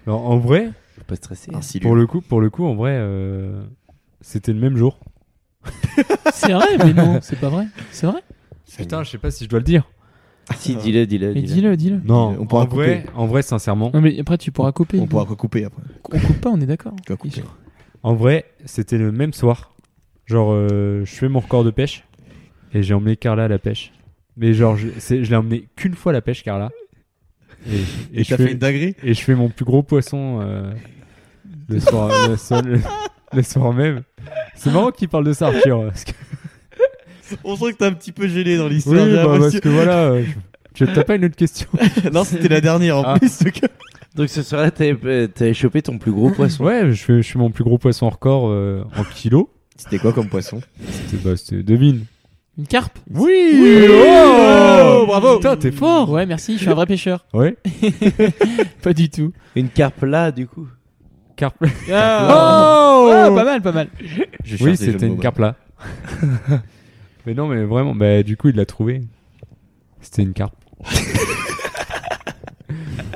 E: Alors, en vrai,
D: Faut pas stresser.
E: pour le coup, pour le coup, en vrai, euh, c'était le même jour.
F: C'est vrai, mais non, c'est pas vrai. C'est vrai.
E: Putain, je sais pas si je dois le dire.
D: Si, dis-le, dis-le.
F: Mais dis-le, dis-le.
E: Non,
C: On pourra
E: en vrai, en vrai, sincèrement,
F: Non, mais après, tu pourras couper.
C: On pourra couper après.
F: On coupe pas, on est d'accord.
C: Tu vas couper.
E: en vrai, c'était le même soir. Genre, euh, je fais mon record de pêche et j'ai emmené Carla à la pêche. Mais genre, je, c'est- je l'ai emmené qu'une fois à la pêche, Carla. Et, et
C: Et
E: je
C: t'as
E: fais,
C: fait une dinguerie
E: et je fais mon plus gros poisson euh, le, soir, le, soir, le- le soir même. C'est marrant qu'il parle de ça, Arthur. parce que-
C: On sent que t'es un petit peu gêné dans
E: Oui,
C: l'histoire. j'ai
E: bah, parce
C: l'impression.
E: que voilà. euh, Je, je- t'as pas une autre question
C: [LAUGHS] non, c'était la dernière en
E: Ah.
C: plus. donc-
D: Donc ce soir-là, t'avais t'avais chopé ton plus gros poisson.
E: Ouais, je fais, je fais mon plus gros poisson record euh, en kilo.
C: C'était quoi comme poisson
E: C'était, bah, c'était- devine.
F: Une carpe
E: Oui,
F: Oh,
E: Bravo Putain, t'es fort
F: Ouais, merci, je suis un vrai pêcheur.
E: Ouais.
F: Pas du tout.
D: Une carpe là, du coup.
E: Carpe. [LAUGHS] Ah, bah
F: Oh Pas mal, pas mal.
C: Je cherche
E: Oui,
C: des
E: c'était
C: jeux de
E: une
C: mots,
E: carpe là. [LAUGHS] mais non, mais vraiment, bah, du coup, il l'a trouvé. C'était une [LAUGHS] carpe.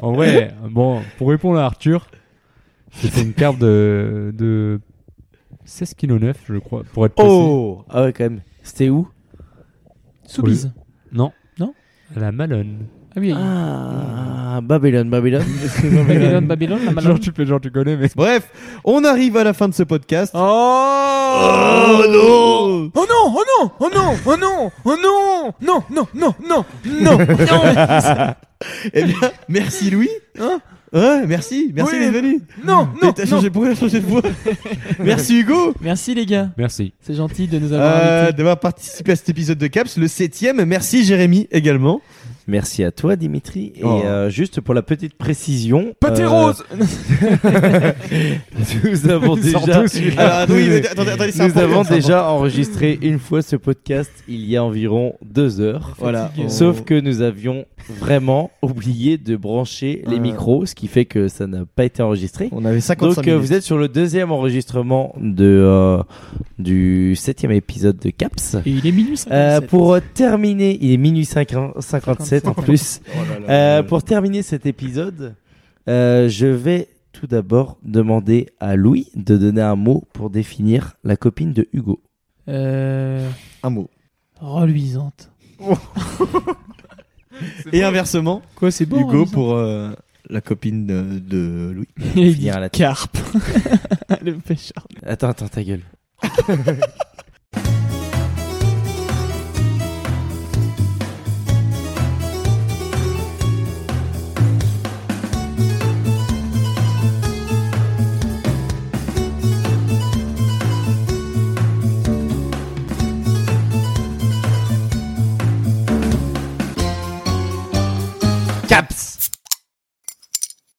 E: en vrai, bon, pour répondre à Arthur, c'était une carpe de, de 16,9 kg, je crois, pour être précis.
D: Oh Ah ouais, quand même. C'était où
F: Soubise.
E: Non.
F: Non
E: La Malone.
F: Ah oui,
D: Ah, Babylone, Babylone.
F: Babylone, Babylone, la
E: Genre
F: malade.
E: tu, peux- genre, tu connais, mais.
C: Bref, on arrive à la fin de ce podcast.
F: Oh non Oh non Oh non Oh non Oh non Oh non Non, non, non, non, non, non,
C: Eh bien, merci Louis.
F: Hein
C: Ouais, merci, merci
F: Oui,
C: les
F: mais-
C: amis.
F: non,
C: Mais
F: non,
C: T'as
F: non.
C: changé de voix, changé de
E: [LAUGHS]
C: voix. merci Hugo.
F: Merci les gars,
E: Merci.
F: c'est gentil de nous avoir
C: Euh,
F: invités.
C: d'avoir participé à cet épisode de Caps, le septième. Merci Jérémy également.
D: [LAUGHS] Merci à toi, Dimitri. Et
C: Oh.
D: euh, juste pour la petite précision.
F: Pâté
D: euh,
F: rose
D: [LAUGHS] Nous [LAUGHS] avons déjà.
E: Sors-nous celui-là.
C: Alors, attendez, mais attendez, attendez, c'est
D: Nous
C: important,
D: avons
C: c'est
D: déjà enregistré une fois ce podcast il y a environ deux heures.
C: Voilà.
F: Fatigué.
C: on-
D: Sauf que nous avions vraiment oublié de brancher les
C: Euh.
D: micros, ce qui fait que ça n'a pas été enregistré.
C: on avait 55
D: Donc euh, vous êtes sur le deuxième enregistrement de, euh, du septième épisode de Caps.
F: Et il est minuit
D: Euh,
F: 57.
D: pour euh, terminer, il est minuit 50 57 en plus. Euh, pour terminer cet épisode, euh, je vais tout d'abord demander à Louis de donner un mot pour définir la copine de Hugo.
F: Euh...
C: un mot.
F: Reluisante.
C: Et inversement,
F: Quoi, c'est beau
C: Hugo
F: reluisante.
C: pour euh, la copine de, de Louis.
F: Il dit
D: Finir à la
F: carpe. [LAUGHS] Le pêcheur.
D: Attends, attends, ta gueule. Caps